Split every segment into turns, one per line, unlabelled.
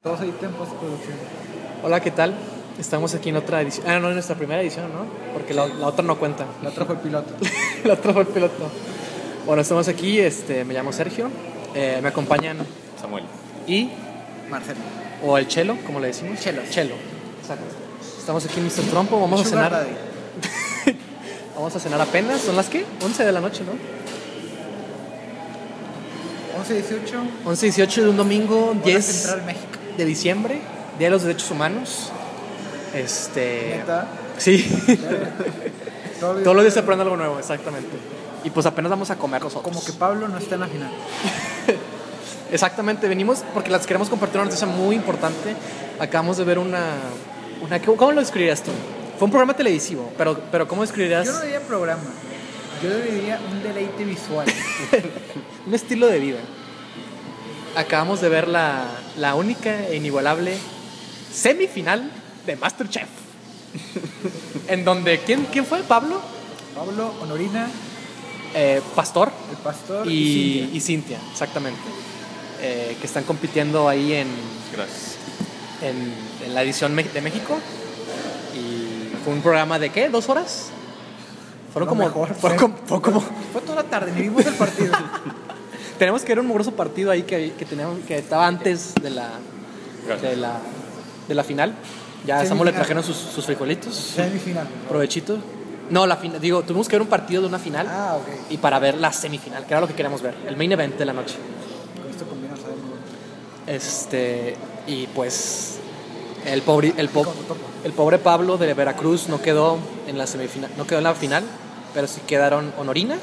Todos hay tiempos de producción.
Hola, ¿qué tal? Estamos aquí en otra edición. Ah, no, en nuestra primera edición, ¿no? Porque la, la otra no cuenta.
La otra fue piloto.
La otra fue el piloto. Bueno, estamos aquí. Este, me llamo Sergio. eh, me acompañan
Samuel.
y
Marcelo.
o el chelo, como le decimos.
Chelo.
Chelo. Exacto. Estamos aquí en Mr. Trompo. Vamos a
Sugar
cenar.
Daddy.
Vamos a cenar apenas. ¿Son las qué? 11 de la noche, ¿no?
11, 18.
11 18 de un domingo,
Hora
10
Central México.
de diciembre, Día de los Derechos Humanos. Este.
Neta.
Sí.
Todo bien.
Todos los días se aprende algo nuevo, exactamente. Y pues apenas vamos a comer nosotros.
Como que Pablo no está en la final.
Exactamente, venimos porque las queremos compartir una noticia muy importante. Acabamos de ver una. una ¿Cómo lo describirías tú? Fue un programa televisivo, pero, pero ¿cómo describirías
Yo no diría programa. Yo diría un deleite visual.
un estilo de vida? Acabamos de ver la, la única e inigualable semifinal de Masterchef. en donde, ¿quién, quién fue? ¿Pablo?
Pablo, Honorina,
Eh, Pastor
el pastor y, Cintia.
y, y Cintia, exactamente. Eh, que están compitiendo ahí en,
Gracias.
en, en la edición me- de México y fue un programa de qué, dos horas. Fueron
Lo
como,
mejor
fue
fue-
como, fue como-
Fue toda la tarde, ni vimos el partido.
tenemos que ver un moroso partido ahí que, que teníamos que estaba antes de la de
Gracias.
la, de la final. Ya a
Sí,
Samuel le
mira.
trajeron sus, sus frijolitos,
Semifinal.
provechito. No, la final, digo, tuvimos que ver un partido de una final
Ah, ok.
y para ver la semifinal, que era lo que queríamos ver, el main event de la noche.
Con esto combina, ¿sabes?
Este, y pues el pobre, el, po-
Topo, topo.
el pobre Pablo de Veracruz no quedó en la semifinal, no quedó en la final, pero sí quedaron Honorina,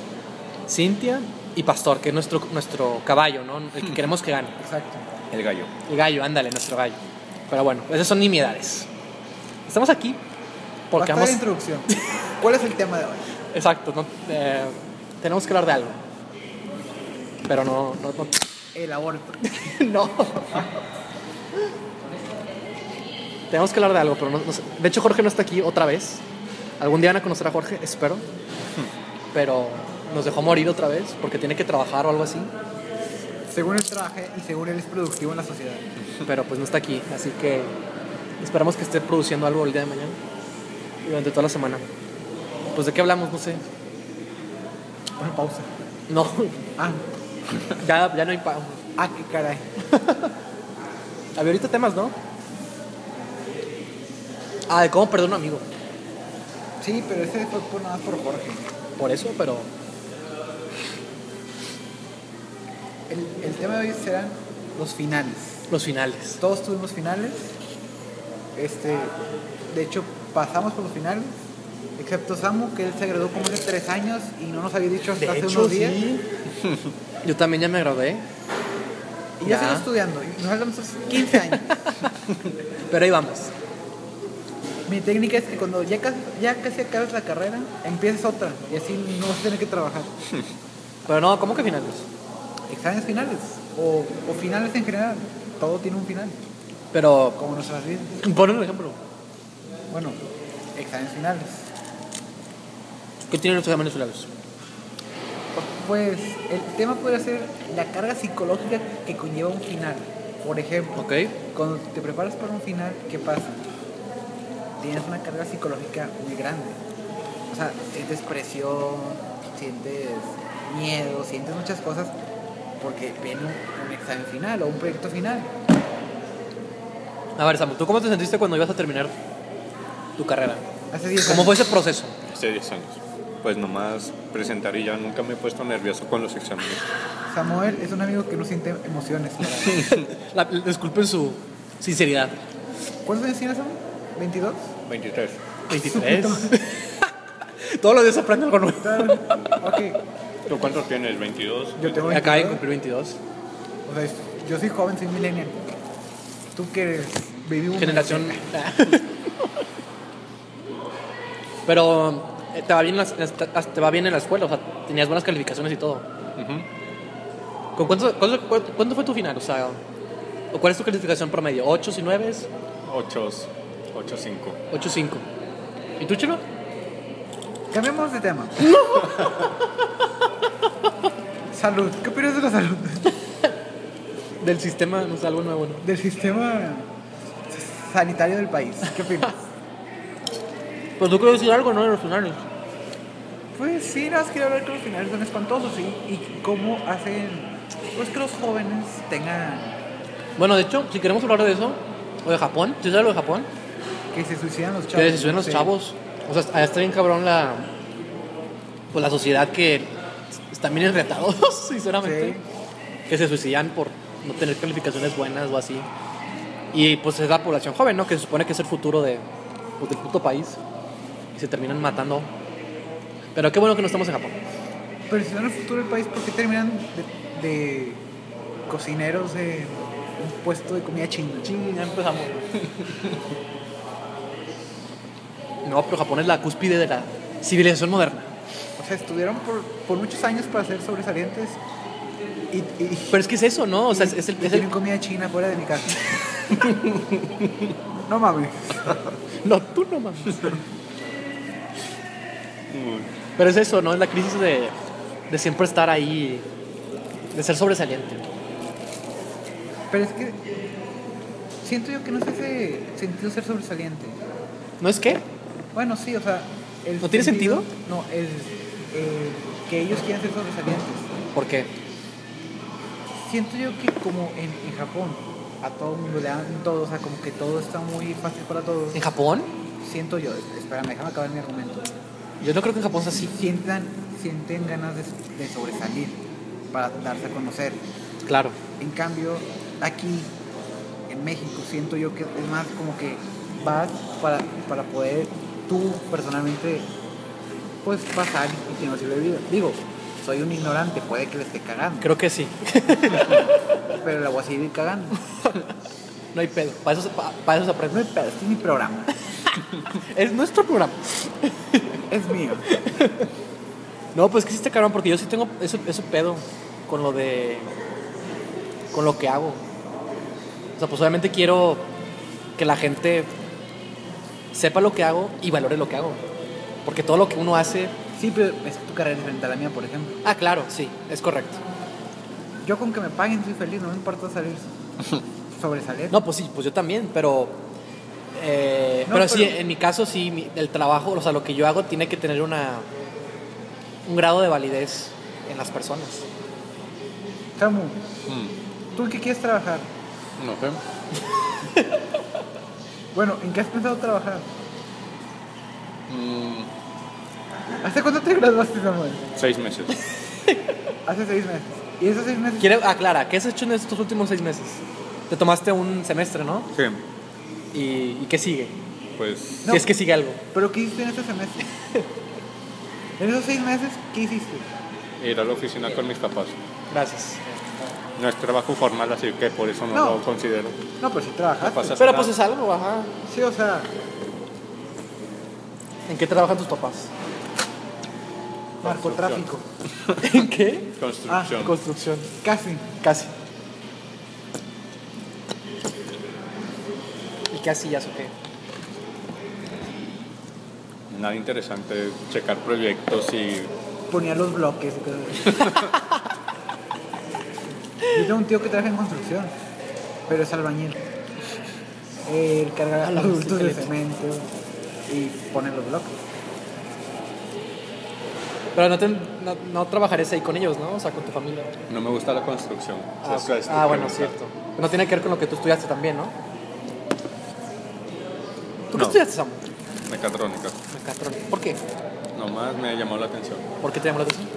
Cintia y Pastor, que es nuestro, nuestro caballo, ¿no? El que queremos que gane.
Exacto.
El gallo.
El gallo, ándale, nuestro gallo. Pero bueno, esas son nimiedades. Estamos aquí porque
Basta de
vamos...
introducción. ¿Cuál es el tema de hoy?
Exacto, no- eh, tenemos que hablar de algo. Pero no... no,
El aborto.
no, no. Tenemos que hablar de algo, pero no, no sé. De hecho, Jorge no está aquí otra vez. Algún día van a conocer a Jorge, espero. Pero nos dejó morir otra vez porque tiene que trabajar o algo así.
Según el traje y según él es productivo en la sociedad.
Pero pues no está aquí, así que esperamos que esté produciendo algo el día de mañana. Durante toda la semana. Pues de qué hablamos, no sé.
Una pausa.
No,
Ah,
ya, ya no hay pago.
ah, qué caray.
Había ahorita temas, ¿no? Ah, de cómo perder un amigo.
Sí, pero ese fue por nada más por Jorge.
Por eso, pero
El, el tema de hoy serán los finales.
los finales.
Todos tuvimos finales. Este, de hecho, pasamos por los finales. Excepto Samu, que él se graduó como hace tres años y no nos había dicho hasta hace unos días.
Yo también ya me gradué,
Y ya,
Ya.
sigue estudiando. Y nos hablamos hace 15 años.
pero ahí vamos.
Mi técnica es que cuando ya casi, ya casi acabes la carrera, empieces otra. Y así no vas a tener que trabajar.
Pero no, ¿cómo que finales?
Exámenes finales. O, o finales en general. Todo tiene un final.
Pero,
Como nuestras vidas.
pon un ejemplo.
Bueno, exámenes finales.
¿Qué tienen los exámenes finales?
Pues el tema podría ser la carga psicológica que conlleva un final. Por ejemplo,
Ok.
cuando te preparas para un final, ¿qué pasa? Tienes una carga psicológica muy grande. O sea, sientes presión, sientes miedo, sientes muchas cosas porque viene un, un examen final o un proyecto final.
A ver, Samu, ¿tú cómo te sentiste cuando ibas a terminar tu carrera?
Hace 10
¿Cómo
años.
fue ese proceso?
Hace 10 años. Pues nomás presentar y ya nunca me he puesto nervioso con los exámenes.
Samuel es un amigo que no siente emociones. para-
La- disculpen su sinceridad.
¿Cuántos años tienes, Samuel? ¿22?
23.
23. Todos los días aprende algo nuevo.
ok.
¿Tú cuántos tienes? ¿22?
Yo tengo
Acaba de
22.
cumplir 22.
O sea, yo soy joven, soy millennial. Tú que eres baby boomer.
Generación. Pero eh, te va, bien en las- en las- te va bien en la escuela, o sea, tenías buenas calificaciones y todo.
Ujú.
¿Con cuánto, cuánto- cuánto- cuánto fue tu final? O sea, ¿o ¿cuál es tu calificación promedio? ¿8 y 9?
8. 8, 5.
8 5. ¿Y tú, Chelo?
Cambiemos de tema. salud. ¿Qué opinas de la salud?
¿De Del sistema, no es algo nuevo, ¿no?
Del sistema sanitario del país. ¿Qué opinas?
Pues tú quieres decir algo, ¿no? De los tsunamis.
Pues sí, nada más quiero hablar que los finales son espantosos ¿sí? y cómo hacen pues que los jóvenes tengan
Bueno, de hecho, si queremos hablar de eso, o de Japón, ¿sí sabes lo de Japón?
que se suicidan los chavos.
Que se suben los
Sí.
chavos. O sea, allá está bien cabrón la. Pues la sociedad que están bien retados, sinceramente. Que se suicidan por no tener calificaciones buenas o así. Y pues es la población joven, ¿no? Que se supone que es el futuro de, pues, del puto país. Y se terminan matando. Pero qué bueno que no estamos en Japón.
Pero si son el futuro del país, ¿por qué terminan de, de cocineros de un puesto de comida china?
Ching, ya empezamos. No, pero Japón es la cúspide de la civilización moderna.
O sea, estuvieron por, por muchos años para ser sobresalientes y, y-
Pero es que es eso, ¿no? O sea, es, es el-
y
es el,
tienen comida china fuera de mi casa. no mames.
No, tú no mames. Pero es eso, ¿no? Es la crisis de, de siempre estar ahí, de ser sobresaliente.
Pero es que siento yo que no se hace sentido ser sobresaliente.
¿No es qué?
Bueno, sí, o sea. el
¿No tiene sentido?
No, el, el que ellos quieran ser sobresalientes.
¿Por qué?
Siento yo que, como en, en Japón, a todo el mundo le dan todo, o sea, como que todo está muy fácil para todos.
¿En Japón?
Siento yo, espérame, déjame acabar mi argumento.
Yo no creo que en Japón sea
Si
así.
sientan, sienten ganas de, de sobresalir para darse a conocer.
Claro.
En cambio, aquí en México siento yo que es más como que vas para, para poder tú personalmente pues pasar y que no sirve vida. Digo, soy un ignorante, puede que le esté cagando,
Creo que sí.
pero la voy a seguir cagando.
No hay pedo. Para eso, se- pa- para eso se
No
aprende.
hay pedo, este es mi programa,
Es nuestro programa.
es mío.
No, pues que sí está cabrón, porque yo sí tengo ese, ese pedo con lo de. con lo que hago. O sea, pues obviamente quiero que la gente sepa lo que hago y valore lo que hago. Porque todo lo que uno hace.
Sí, pero es que tu carrera es diferente a la mía, por ejemplo.
Ah, claro, sí, es correcto.
Yo con que me paguen soy feliz, no me importa salir sobresalir.
No, pues sí, pues yo también, pero. eh,
No,
pero sí,
pero-
en mi caso sí, mi- el trabajo, o sea, lo que yo hago tiene que tener una. un grado de validez en las personas.
Samu,
Mm,
¿tú en qué quieres trabajar?
No sé.
Bueno, ¿en qué has pensado trabajar?
Mm,
¿Hace cuánto te graduaste, Samuel?
seis meses.
Hace seis meses. Y esos seis meses.
Quiero aclarar, ¿qué has hecho en estos últimos seis meses? Te tomaste un semestre, ¿no?
Sí.
¿Y, y qué sigue?
Pues
No.
Si es que sigue algo.
¿Pero qué hiciste en este semestre? en esos seis meses, ¿qué hiciste?
ir a la oficina con mis papás.
Gracias.
No es trabajo formal, así que por eso no,
No.
lo considero.
No, pero sí trabajaste.
Papás.
Pero pues es algo, ajá.
Sí, o sea,
¿En qué trabajan tus papás?
narcotráfico.
¿En qué? Ah,
Construcción.
Construcción.
Casi.
Casi. ¿Y qué hacías o qué?
Nada interesante, checar proyectos y
Ponía los bloques y cosas así. Yo tengo un tío que trabaja en construcción, pero es albañil. Él carga
A Ah, la
los adultos de
bicicleta.
cemento y pone los bloques.
Pero no, te- no, no trabajarías ahí con ellos, ¿no? O sea, con tu familia.
no me gusta la construcción.
Ah,
Eso es
ok.
lo
Ah,
que
bueno,
me gusta.
cierto. No tiene que ver con lo que tú estudiaste también, ¿no? ¿Tú qué
No.
estudiaste, Samu?
Mecatrónica.
Mecatrónica. ¿Por qué?
Nomás me ha llamado la atención.
¿Por qué te llamó la atención?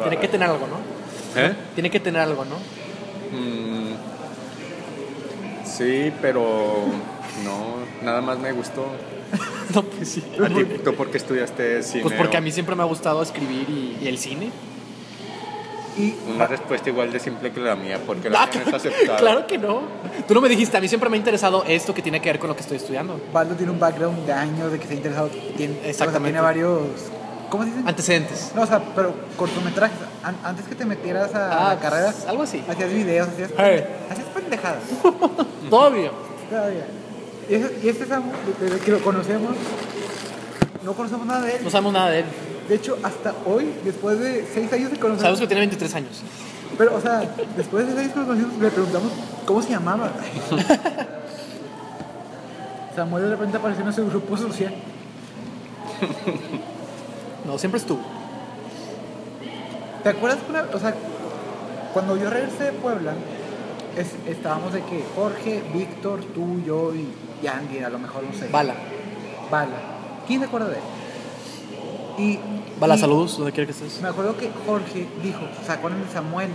Tiene que tener algo, ¿no?
¿Eh?
Tiene que tener algo, ¿no?
Mm, sí, pero no, nada más me gustó.
No, pues sí.
¿A ti, ¿Tú por qué estudiaste cine?
Pues porque
o-
a mí siempre me ha gustado escribir y, y el cine.
Y
Una respuesta igual de simple que la mía, porque la mía no es aceptada.
Ah, claro que no. Tú no me dijiste, a mí siempre me ha interesado esto que tiene que ver con lo que estoy estudiando.
Baldo tiene un background de años de que se ha interesado. Tiene, O sea,
Exactamente.
tiene varios. ¿Cómo se dicen?
Antecedentes.
No, o sea, pero cortometrajes. An- antes que te metieras a
Ah,
la carrera,
pues, algo así. Eh,
hacías videos, hacías,
Hey.
pende- hacías pendejadas.
Todavía.
Todavía. Y, ese- y este Samu, desde que lo conocemos, no conocemos nada de él.
No sabemos nada de él.
De hecho, hasta hoy, después de seis años de conocer,
Sabemos que tiene 23 años.
Pero, o sea, después de esa discusión le preguntamos cómo se llamaba. Samuel de repente apareció en ese grupo social.
No, siempre estuvo.
¿Te acuerdas? que una- o sea, cuando yo regresé de Puebla, es- estábamos de que Jorge, Víctor, tú, yo y, y Andy, a lo mejor no sé.
Bala.
Bala. ¿Quién se acuerda de él? Y,
Bala,
y
saludos, donde quiera que estés.
Me acuerdo que Jorge dijo, ¿se acuerdan de Samuel?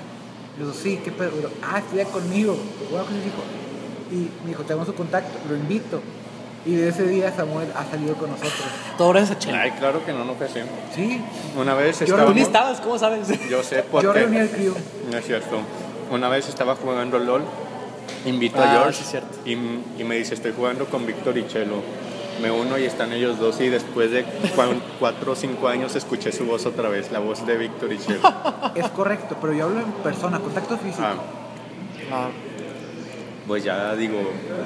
Le digo, sí, qué pedo. Y yo, ah, estudia conmigo. Bueno, Jorge dijo. Y me dijo, tenemos su contacto, lo invito. Y de ese día Samuel ha salido con nosotros.
Todo gracias a Chela.
Ay, claro que no, no fue así.
Sí,
Una vez
Yo
Tú
estábamos...
ni estabas, ¿cómo sabes?
Yo sé por
yo
qué.
reuní al crío.
No es cierto. Una vez estaba jugando LOL, invito
Ah,
a George
sí es cierto.
y, y me dice, estoy jugando con Víctor y Chelo. Me uno y están ellos dos y después de cua- cuatro o cinco años escuché su voz otra vez, la voz de Víctor y Chelo.
Es correcto, pero yo hablo en persona, contacto físico.
Ah,
Ah,
pues ya digo,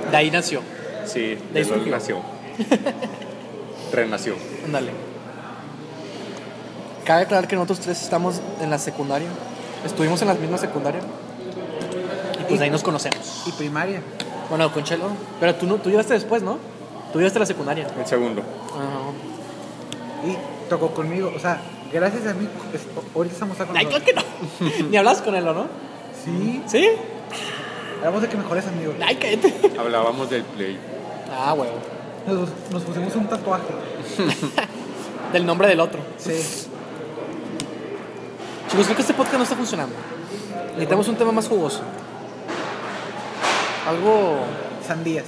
de ahí nació.
sí,
De ahí
de LOL
surgió.
nació. Renació.
Ándale. Cabe aclarar que nosotros tres estamos en la secundaria. Estuvimos en la misma secundaria. Y pues de ahí nos conocemos.
Y primaria.
Bueno, con Chelo. Pero tú, no, tú llegaste después, ¿no? Tú llegaste a la secundaria.
El segundo.
Ah,
Y tocó conmigo. O sea, gracias a mí, es- ahorita estamos acá con
Ay, claro que no. Ni hablas con él, ¿o no?
Sí,
¿Sí?
éramos de que mejores amigos.
Ay, cállate.
Hablábamos del play.
Ah, huevo.
Nos, nos pusimos un tatuaje.
Del nombre del otro.
Sí.
Chicos, creo que este podcast no está funcionando. Necesitamos un tema más jugoso. Algo
Sandías.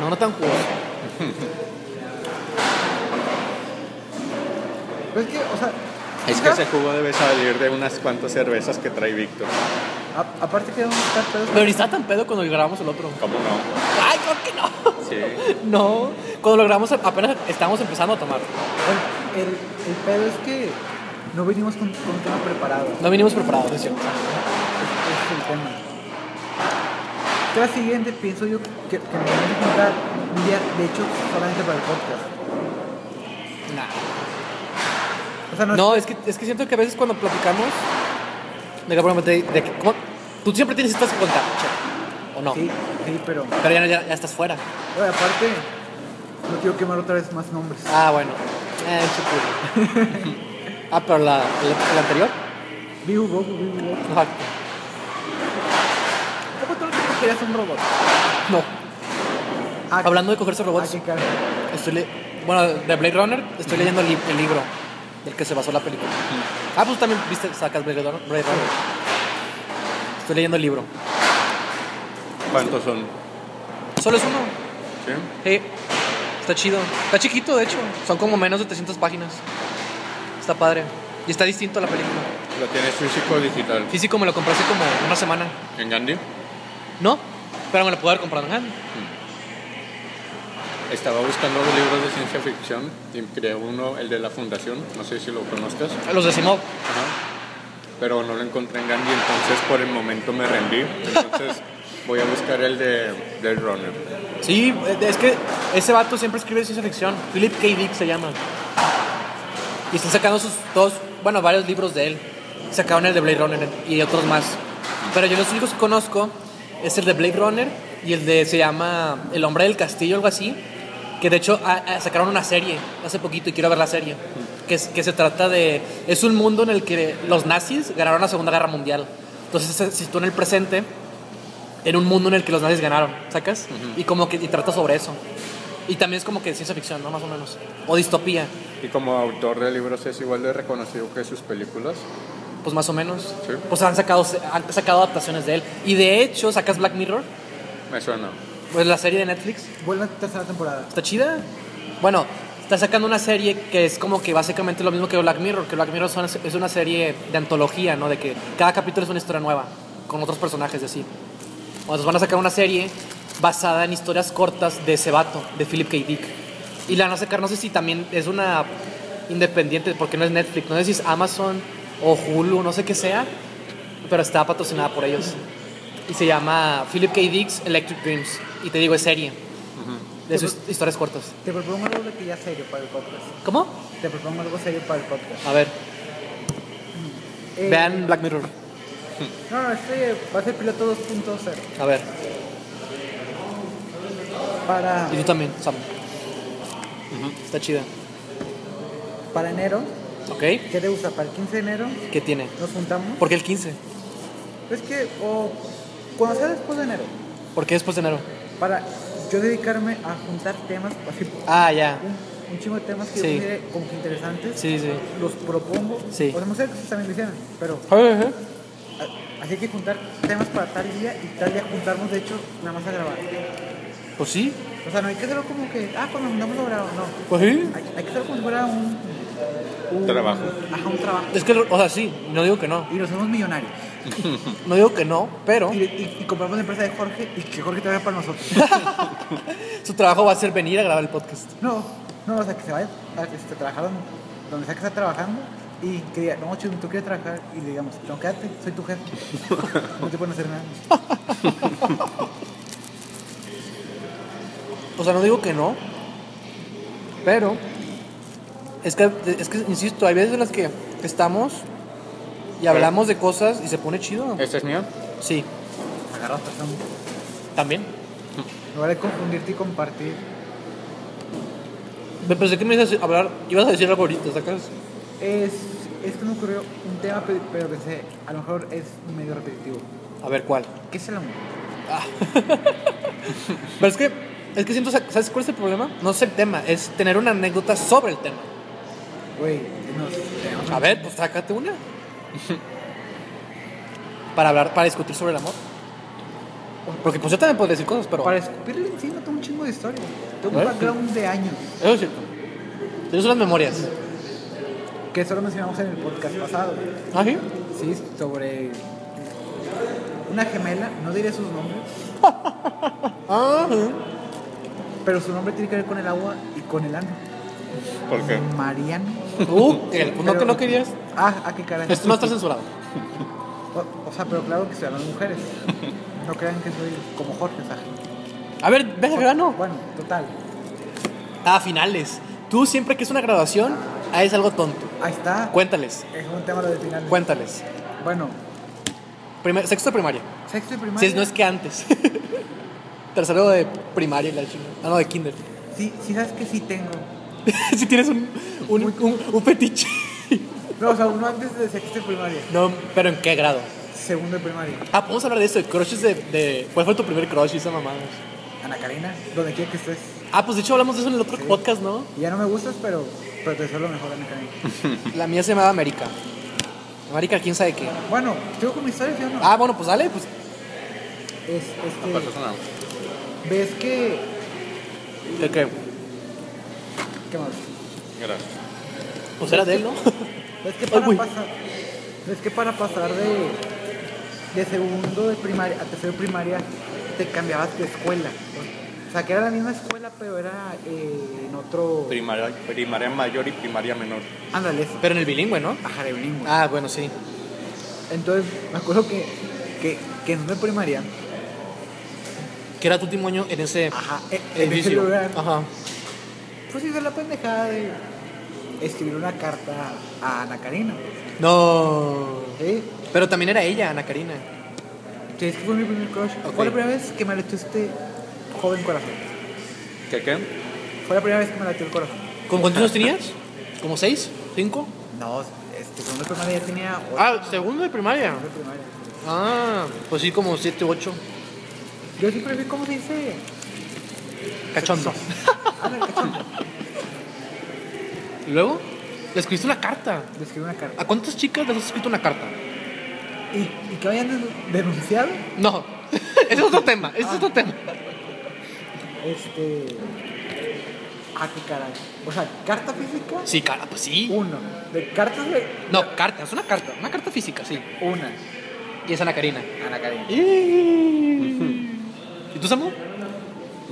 no, no tan jugoso.
Pero es que, o sea.
Es que
quizá-
ese jugo debe salir de unas cuantas cervezas que trae Víctor.
a- aparte que vamos a estar pedos.
Pero ni estaba tan pedo cuando grabamos el otro.
¿Cómo no?
Ay, claro que no.
Sí.
No, cuando lo grabamos apenas estábamos empezando a tomar.
Bueno, el, el pedo es que no venimos con, con un tema preparado.
No vinimos preparados, es cierto.
Ese es el tema. La siguiente pienso yo que, que me voy a contar un día, de hecho, solamente para el podcast. O sea, no,
No, es que, es que siento que a veces cuando platicamos, de que, por ejemplo, te- de que- ¿cómo? tú siempre tienes estas que contar, che, ¿o no?
Sí, sí, pero.
Pero ya, no- ya, ya estás fuera.
Oye, aparte, no quiero quemar otra vez más nombres.
Ah, bueno. Eh, che, culo. ah, pero la, la- la anterior.
Vivo Bobo, Vivo Bobo.
Ajá.
¿Cómo tú no te querías un robot?
No.
Ah,
Hablando de cogerse
ah,
robots,
qué caro.
Estoy le- bueno, de Blade Runner, estoy leyendo el, li- el libro del que se basó la película. Ah, pues también viste, sacas Blade Runner. Blade Runner. Estoy leyendo el libro.
¿Cuántos son?
Solo es uno.
Sí.
Sí. Está chido. Está chiquito, de hecho. Son como menos de 300 páginas. Está padre. Y está distinto a la película.
¿Lo tienes físico o digital?
Físico me lo compré hace como una semana.
¿En Gandhi?
¿No? Pero me lo puedo haber comprado en Gandhi.
Estaba buscando los libros de ciencia ficción y creé uno, el de la Fundación, no sé si lo conozcas,
Los de Simov.
pero no lo encontré en Gandhi, entonces por el momento me rendí. Entonces voy a buscar el de Blade Runner.
Sí, es que ese vato siempre escribe ciencia ficción. Philip K. Dick se llama. Y están sacando sus dos, bueno, varios libros de él. Sacaron el de Blade Runner y otros más. Pero yo los únicos que conozco es el de Blade Runner y el de, se llama El Hombre del Castillo, algo así. Que de hecho a- a- sacaron una serie hace poquito y quiero ver la serie. Que, es- que se trata de. Es un mundo en el que los nazis ganaron la Segunda Guerra Mundial. Entonces, se- si tú en el presente en un mundo en el que los nazis ganaron, ¿sacas? Y como que y trata sobre eso. Y también es como que ciencia ficción, ¿no? Más o menos. O distopía,
Y como autor de libros es igual de reconocido que sus películas.
pues más o menos.
Sí.
Pues han sacado, han sacado adaptaciones de él. Y de hecho, sacas Black Mirror,
Me suena.
pues la serie de Netflix.
Vuelve a la tercera temporada.
Está chida. Bueno, está sacando una serie que es como que básicamente lo mismo que Black Mirror, que Black Mirror son- es una serie de antología, ¿no? De que cada capítulo es una historia nueva, con otros personajes y así. Entonces van a sacar una serie basada en historias cortas de ese vato, de Philip K. Dick. Y la van a sacar, no sé si también es una independiente, porque no es Netflix, no sé si es Amazon o Hulu, no sé qué sea, pero está patrocinada por ellos. Y se llama Philip K. Dick's Electric Dreams. Y te digo, es serie. De sus historias cortas.
Te propongo algo de que ya serio para el podcast.
¿Cómo?
Te propongo algo serio para el podcast.
A ver,
Eh,
vean Black Mirror.
No, no, este va a ser piloto 2.0.
A ver,
Para,
y tú también, Sam. Está chida.
para enero,
¿Ok?
¿qué te gusta? Para el 15 de enero
¿Qué tiene?
nos juntamos.
¿Por qué el 15?
Es que, o cuando sea después de enero,
¿Por qué después de enero?
para yo dedicarme a juntar temas, así,
Ah, ya.
un, un chingo de temas que
Sí.
yo considere como que interesantes,
Sí, sí.
los propongo.
Sí.
O sea, no sé si también lo hicieron, pero a- así hay que juntar temas para tal día y tal día juntarnos, de hecho, nada más a grabar.
Pues sí.
O sea, no hay que hacerlo como que, ah, cuando nos juntamos a grabar, no.
Pues sí.
Hay, hay que hacerlo como si fuera un, un-
Trabajo.
Ajá, un trabajo.
Es que, o sea, sí, no digo que no.
Y nos somos millonarios.
No digo que no, pero
Y, y- y compramos la empresa de Jorge y que Jorge trabaja para nosotros.
su trabajo va a ser venir a grabar el podcast.
No, no, o sea, que se vaya a que se trabajaron donde sea que está trabajando y que diga, no, chido, tú quieres trabajar y le digamos, no, quédate, soy tu jefe. No te pueden hacer nada.
O sea, no digo que no, pero es que, es que insisto, hay veces en las que estamos y hablamos de cosas y se pone chido.
¿Este es mío?
Sí,
Agarra otra sombra.
también.
En lugar de confundirte y compartir.
Me pensé que me ibas a hablar, ibas a decir algo ahorita, ¿sacas?
Es, es que me ocurrió un tema, pe- pero pensé, a lo mejor es medio repetitivo.
A ver cuál.
¿Qué es el amor?
Pero es que, es que siento, ¿sabes cuál es el problema? No es el tema, es tener una anécdota sobre el tema.
Güey, nos tenemos
A ver, pues sácate una. para hablar, para discutir sobre el amor. Porque pues yo también podría decir cosas, pero...
Para escupirle encima tengo un chingo de historia. Tengo un
Bueno.
background de años
Eso es cierto. Tienes unas memorias.
que solo mencionamos en el podcast pasado.
¿Ah, sí?
Sí, sobre una gemela, no diré sus nombres,
Ah,
pero su nombre tiene que ver con el agua y con el ano.
¿Por qué?
Mariano.
Uh, que- pues, no
Pero-
que no querías.
Ah, ah, qué carajo.
Esto no está censurado.
O, o sea, pero claro que se hablan mujeres. No crean que soy como Jorge, o sea.
A ver, ves al grano.
Bueno, total.
Ah, finales. Tú siempre que es una graduación, haces algo tonto.
Ahí está.
Cuéntales,
Es un tema lo de final.
cuéntales.
Bueno,
Primer- sexto de primaria.
sexto y primaria.
Si es- no es que antes. Tercero de primaria y la chingada. Ah, no, de kinder.
Sí, sí sabes que sí tengo.
si tienes un, un, un, un fetiche.
No, o sea, uno antes de sexto y primaria.
No, pero ¿en qué grado?
Segundo y primaria.
Ah, podemos hablar de eso, de crushes de, de- ¿Cuál fue tu primer crush y esa mamada?
Ana Karina, donde quiera que estés.
Ah, pues de hecho hablamos de eso en el otro
Sí.
podcast, ¿no?
Ya no me gustas, pero, pero te deseo lo mejor, Ana Karina.
La mía se llamaba América. América, quién sabe qué.
Bueno, ¿tengo con mi historia, sí o no?
Ah, bueno, pues dale, pues.
Es,
Ah,
Aparte
este,
sonaba.
ves que...
¿De qué?
¿Qué más?
Gracias.
Pues era de él, ¿no?
Ves que
Ay,
para
güey.
pasar... Ves que para pasar de... De segundo de primaria a tercero de primaria te cambiabas de escuela. O sea, que era la misma escuela, pero era eh, en otro...
Primaria, primaria mayor y primaria menor.
Ándale, eso.
Pero en el bilingüe, ¿no?
Ajá, de bilingüe.
Ah, bueno, sí.
Entonces, me acuerdo que, que, que en una primaria,
Que era tu último año en ese
ajá, en- en ese
edificio.
lugar,
Ajá.
pues hice la pendejada de escribir una carta a Ana Karina.
No.
¿sí?
Pero también era ella, Ana Karina.
Sí, es que fue mi primer crush.
Ok.
Fue la primera vez que me latió este joven corazón.
¿Qué qué?
Fue la primera vez que me latió el corazón.
¿Con cuántos años tenías? ¿Como seis? ¿Cinco?
No, este, segundo de primaria ya tenía ocho
Ah, segundo de primaria.
de primaria.
Ah, pues sí, como siete, ocho.
Yo siempre vi cómo se dice.
Cachondo.
Ándale, cachondo.
¿Y luego? Le escribiste una carta.
Le escribí una carta.
¿A cuántas chicas les has escrito una carta?
¿Y, y que me hayan denun- denunciado?
No, ese es otro tema, ese es otro tema.
Este. Ah, qué caray. O sea, carta física.
Sí, cara, pues sí.
Uno. De cartas de.
No, carta, es una carta, una carta física, sí.
Una.
Y es Ana Karina.
Ana Karina.
¿Y tú, Samu?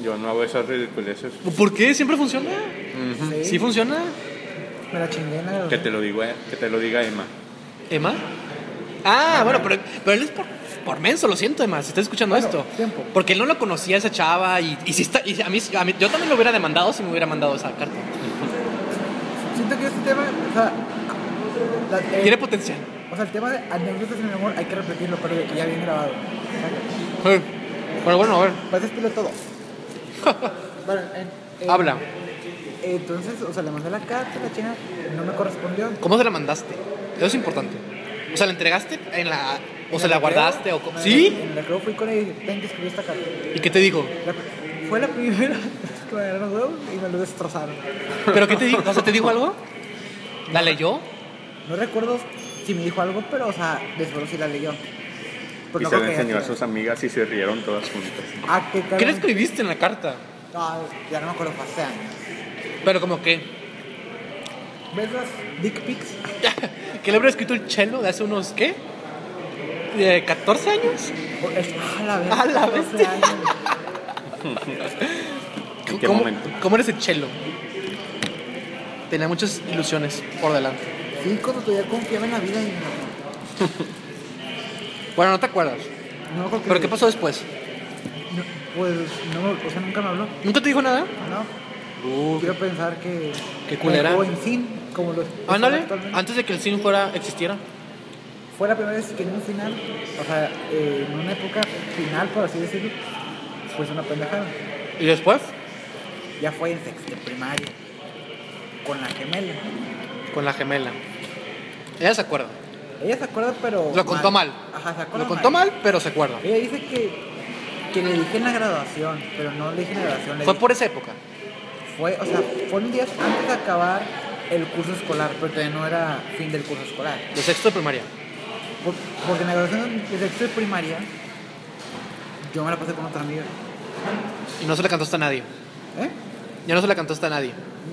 Yo no hago esas ridiculeces.
¿Por qué siempre funciona?
Ujú.
Sí.
¿Sí funciona?
Me la chingué en la.
Que te lo digo, eh, que te lo diga Emma.
¿Emma? Ah, bueno, pero, pero él es por, por menso, lo siento, Emma, si estás escuchando
Bueno,
esto.
tiempo.
Porque él no lo conocía esa chava y, y si está, y a, mí, a mí- yo también lo hubiera demandado si me hubiera mandado esa carta.
Siento que este tema. O sea. la- eh,
Tiene potencial.
O O sea, el tema de anécdotas en el amor hay que repetirlo, pero ya bien grabado. Saca.
Sí. Pero bueno, a ver,
Pásatelo todo. Bueno, en- en-
habla.
Entonces, o sea, le mandé la carta a la china, no me correspondió.
¿Cómo te la mandaste? Eso es importante. O sea, ¿la entregaste en Eh. la... o sea, la guardaste o... co-
¿Sí?
¿Sí?
En el recreo fui con ella y dije, ten que escribir esta carta.
¿Y qué te dijo?
La- fue la primera vez que me dieron huevos y me lo destrozaron.
¿Pero qué te dijo? O sea, ¿te dijo algo? ¿La leyó?
No recuerdo si me dijo algo, pero, o sea, de seguro sí la leyó. Pero
Y
Pues no
se
creo
la
que haya
enseñó a
sido.
sus amigas y se rieron todas juntas.
Ah, qué
¿Qué le
cabrón.
escribiste en la carta?
No, ya no me acuerdo, fue hace años.
Pero como que...
¿Ves las dick pics?
¿Qué le habrá escrito el chelo de hace unos, qué? Eh, ¿14 años?
O- es- A la vez.
A la bestia.
¿En qué
¿Cómo,
momento?
¿Cómo eres el chelo? Tenía muchas ilusiones por delante.
Sí, cuando todavía confiaba en la vida y no.
Bueno, no te acuerdas.
no creo que-
¿Pero qué pasó después?
No, pues, no, o sea, nunca me habló.
¿Nunca te dijo nada?
No, quiero pensar que.
Qué culera.
O en sin, como los.
Ándale,
actualmente.
antes de que el cine fuera, existiera.
Fue la primera vez que en un final, o sea, eh, en una época final, por así decirlo, pues una pendejada.
¿Y después?
Ya fue en sexto primario, con la gemela.
Con la gemela. Ella se acuerda.
Ella se acuerda, pero.
Lo contó mal.
Ajá, se acuerda.
Lo contó mal, pero se acuerda.
Ella dice que, que le dije en la graduación, pero no le dije en la graduación. le
Fue
dije-
por esa época.
fue, o sea, fue un día antes de acabar el curso escolar, pero todavía no era fin del curso escolar.
De sexto de primaria.
Por- porque en la graduación de sexto de primaria, yo me la pasé con otra amiga.
Y no se la cantó hasta nadie.
¿Eh?
Ya no se la cantó hasta nadie.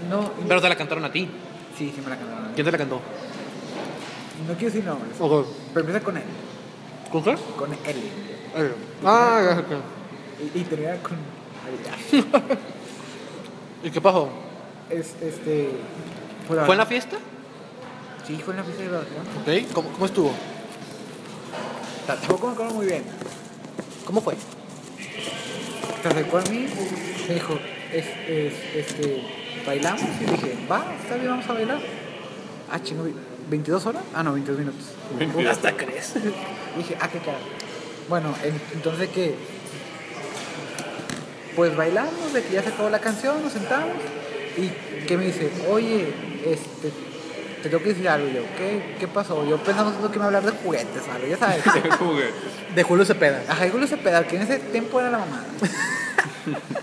No,
Pero te la cantaron a ti.
sí, sí me la cantaron.
¿Quién te la cantó?
No quiero decir nombres,
Ojo.
pero empieza con él,
¿Con qué?
con él.
Ah, ya sé quién.
Y, y termina con.
¿Y qué pasó?
Es, este.
¿Fue en la fiesta?
Sí, fue en la fiesta de graduación.
Ok. ¿Cómo, cómo estuvo?
Tampoco me acuerdo muy bien.
¿Cómo fue?
Se acercó a mí, me dijo, es, es- este, bailamos y dije, va, está bien, vamos a bailar. Ah, chingo, vi- ¿22 horas? Ah, no, 22 minutos.
¿Hasta crees?
Dije, ah, qué cara. Bueno, en- entonces que, pues bailamos, de que ya se acabó la canción, nos sentamos y que me dice, oye, este, te tengo que decir algo. Y yo, ¿qué, qué pasó? Yo pensamos que me iba a hablar de juguetes, algo, ya sabes.
De Julio Cepeda.
A Julio Cepeda, que en ese tiempo era la mamada.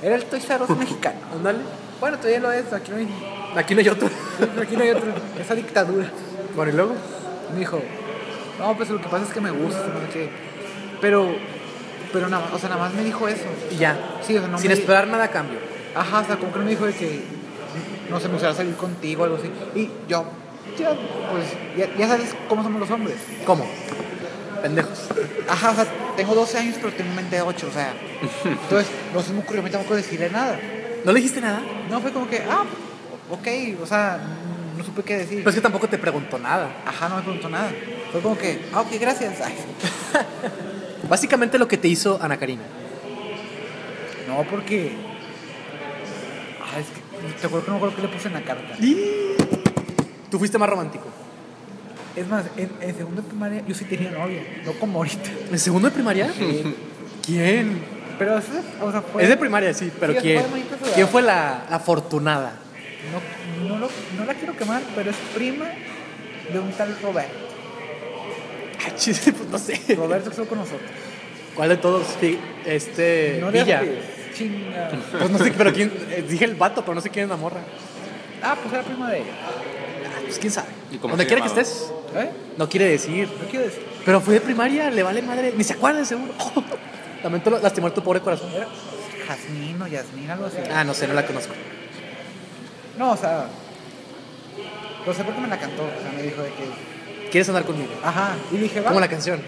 era el Toy Saros mexicano.
Ándale.
Bueno, todavía lo es, aquí no hay,
Aquí no hay otro.
aquí no hay otro, esa dictadura.
Bueno, y luego.
Me dijo, no, pues lo que pasa es que me gusta, no sé qué. Pero, pero nada más, o sea, nada más me dijo eso.
Y ya.
Sí, o sea, no
Sin
me-
esperar nada a cambio.
Ajá, o sea, como que no me dijo de que no se me gustaría salir contigo o algo así. Y yo, ya, pues, ya, ya sabes cómo somos los hombres.
¿Cómo? Pendejos.
Ajá, o sea, tengo 12 años, pero tengo mente de 8, o sea. Entonces, no se me ocurrió a mí tampoco decirle nada.
¿No le dijiste nada?
No, fue como que, ah, ok, o sea, no supe qué decir.
Pues es que tampoco te preguntó nada.
Ajá, no me preguntó nada. Fue como que, ah, ok, gracias. Ay,
Básicamente lo que te hizo Ana Karina.
No, porque. Ah, es que. Te acuerdo que no me acuerdo qué le puse en la carta.
Tú fuiste más romántico.
Es más, en, en segundo de primaria yo sí tenía novia, no como ahorita.
¿En segundo de primaria? ¿Quién?
Pero, eso es- o sea, fue.
es de primaria, sí, pero
Sí,
¿quién?
fue muy pesada.
¿Quién fue la la afortunada?
No, no, lo- no la quiero quemar, pero es prima de un tal Roberto.
Ah, chis, pues no sé.
Roberto estuvo con nosotros.
¿Cuál de todos? Sí, Este.
No le
Villa.
hagas Chinga.
Pues no sé, pero quién. eh, dije el vato, pero no sé quién es la morra.
Ah, pues era prima de ella.
Ah, Pues quién sabe.
¿Y cómo
Donde
se
quiera que
llamaba?
estés.
¿Eh?
No quiere decir.
No quiero decir.
Pero fue de primaria, le vale madre. Ni se acuerdan, seguro. Lamento lastimar tu pobre corazón.
Era Jazmín o Yasmín, algo así.
Ah, no sé, no la conozco.
No, o sea. No sé por qué me la cantó. O sea, me dijo de que.
¿Quieres andar conmigo?
Ajá. Y dije, va.
Como la canción.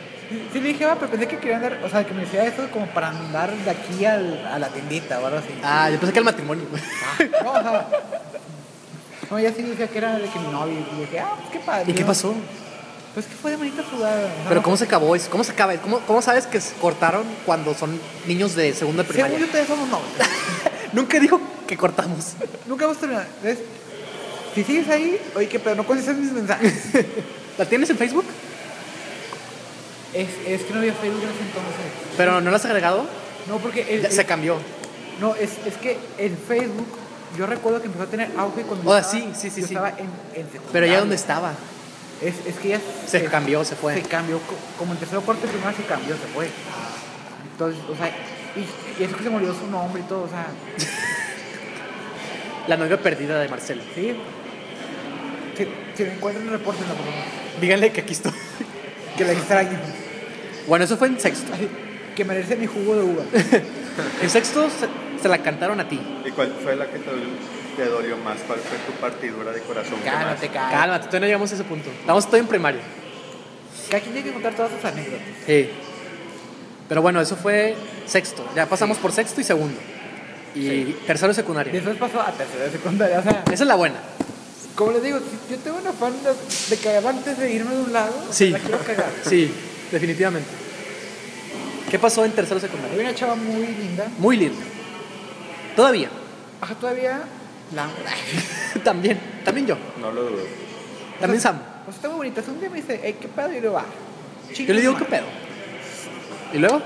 Sí, le dije, va, pero pensé que quería andar, o sea, que me decía eso como para andar de aquí al, a la tiendita o algo así.
Ah, yo pensé que el matrimonio.
No, o sea, no, ella sí decía que era de que mi novio, y dije, ah, pues qué padre.
¿Y qué
¿no?
pasó?
Pues que fue de bonita jugada. o sea,
¿Pero
no-
cómo se acabó eso? ¿Cómo se acaba? eso? ¿Cómo, cómo sabes que se cortaron cuando son niños de segunda de
Según yo,
primaria?
ustedes somos novios.
Nunca dijo que cortamos.
Nunca hemos terminado. Entonces, si sigues ahí, oye, que pedo, no contestas mis mensajes.
¿La tienes en Facebook?
Es, es que no había Facebook en ese entonces.
Pero no lo has agregado,
No, porque el-
ya se
el-
cambió.
no, es, es que el Facebook, yo recuerdo que empezó a tener auge cuando
Oh,
yo
sí, sí, sí,
yo
sí.
estaba en, en
Pero ya
Ah.
secundaria.
donde estaba,
Es, es que ya
se cambió, se fue.
Se cambió, co- como el tercero corte primero se cambió, se fue. Entonces, o sea, y, y eso que se murió su nombre y todo, o sea,
La novia perdida de Marcelo.
sí. Si, si me encuentran, repórtenlo, por favor.
Díganle que aquí estoy.
Que la extraño.
Bueno, eso fue en sexto.
Así, que merece mi jugo de uva.
En sexto se, se la cantaron a ti.
¿Y cuál fue la que te, te dolió más? ¿Cuál fue tu partidura de corazón? que más?
Cálmate, cálmate.
Cálmate, todavía no llegamos a ese punto. Estamos todavía en primaria.
Cada quien tiene que contar todas sus anécdotas.
Sí. Pero bueno, eso fue sexto. Ya pasamos por sexto y segundo. Y tercero y secundaria.
Después pasó a tercera de secundaria, o sea,
Esa es la buena.
como les digo, si yo tengo una fan de, de cagar antes de irme de un lado,
Sí.
la quiero cagar.
Sí, definitivamente. ¿Qué pasó en tercero y
Hay
secundaria?
una chava muy linda,
Muy lindo. Todavía.
ajá, todavía la amo.
También. También yo.
No lo dudo.
También Sam.
O sea, está muy bonita. Un día me dice, hey, qué padre, y le va.
Yo le digo qué pedo. Y luego,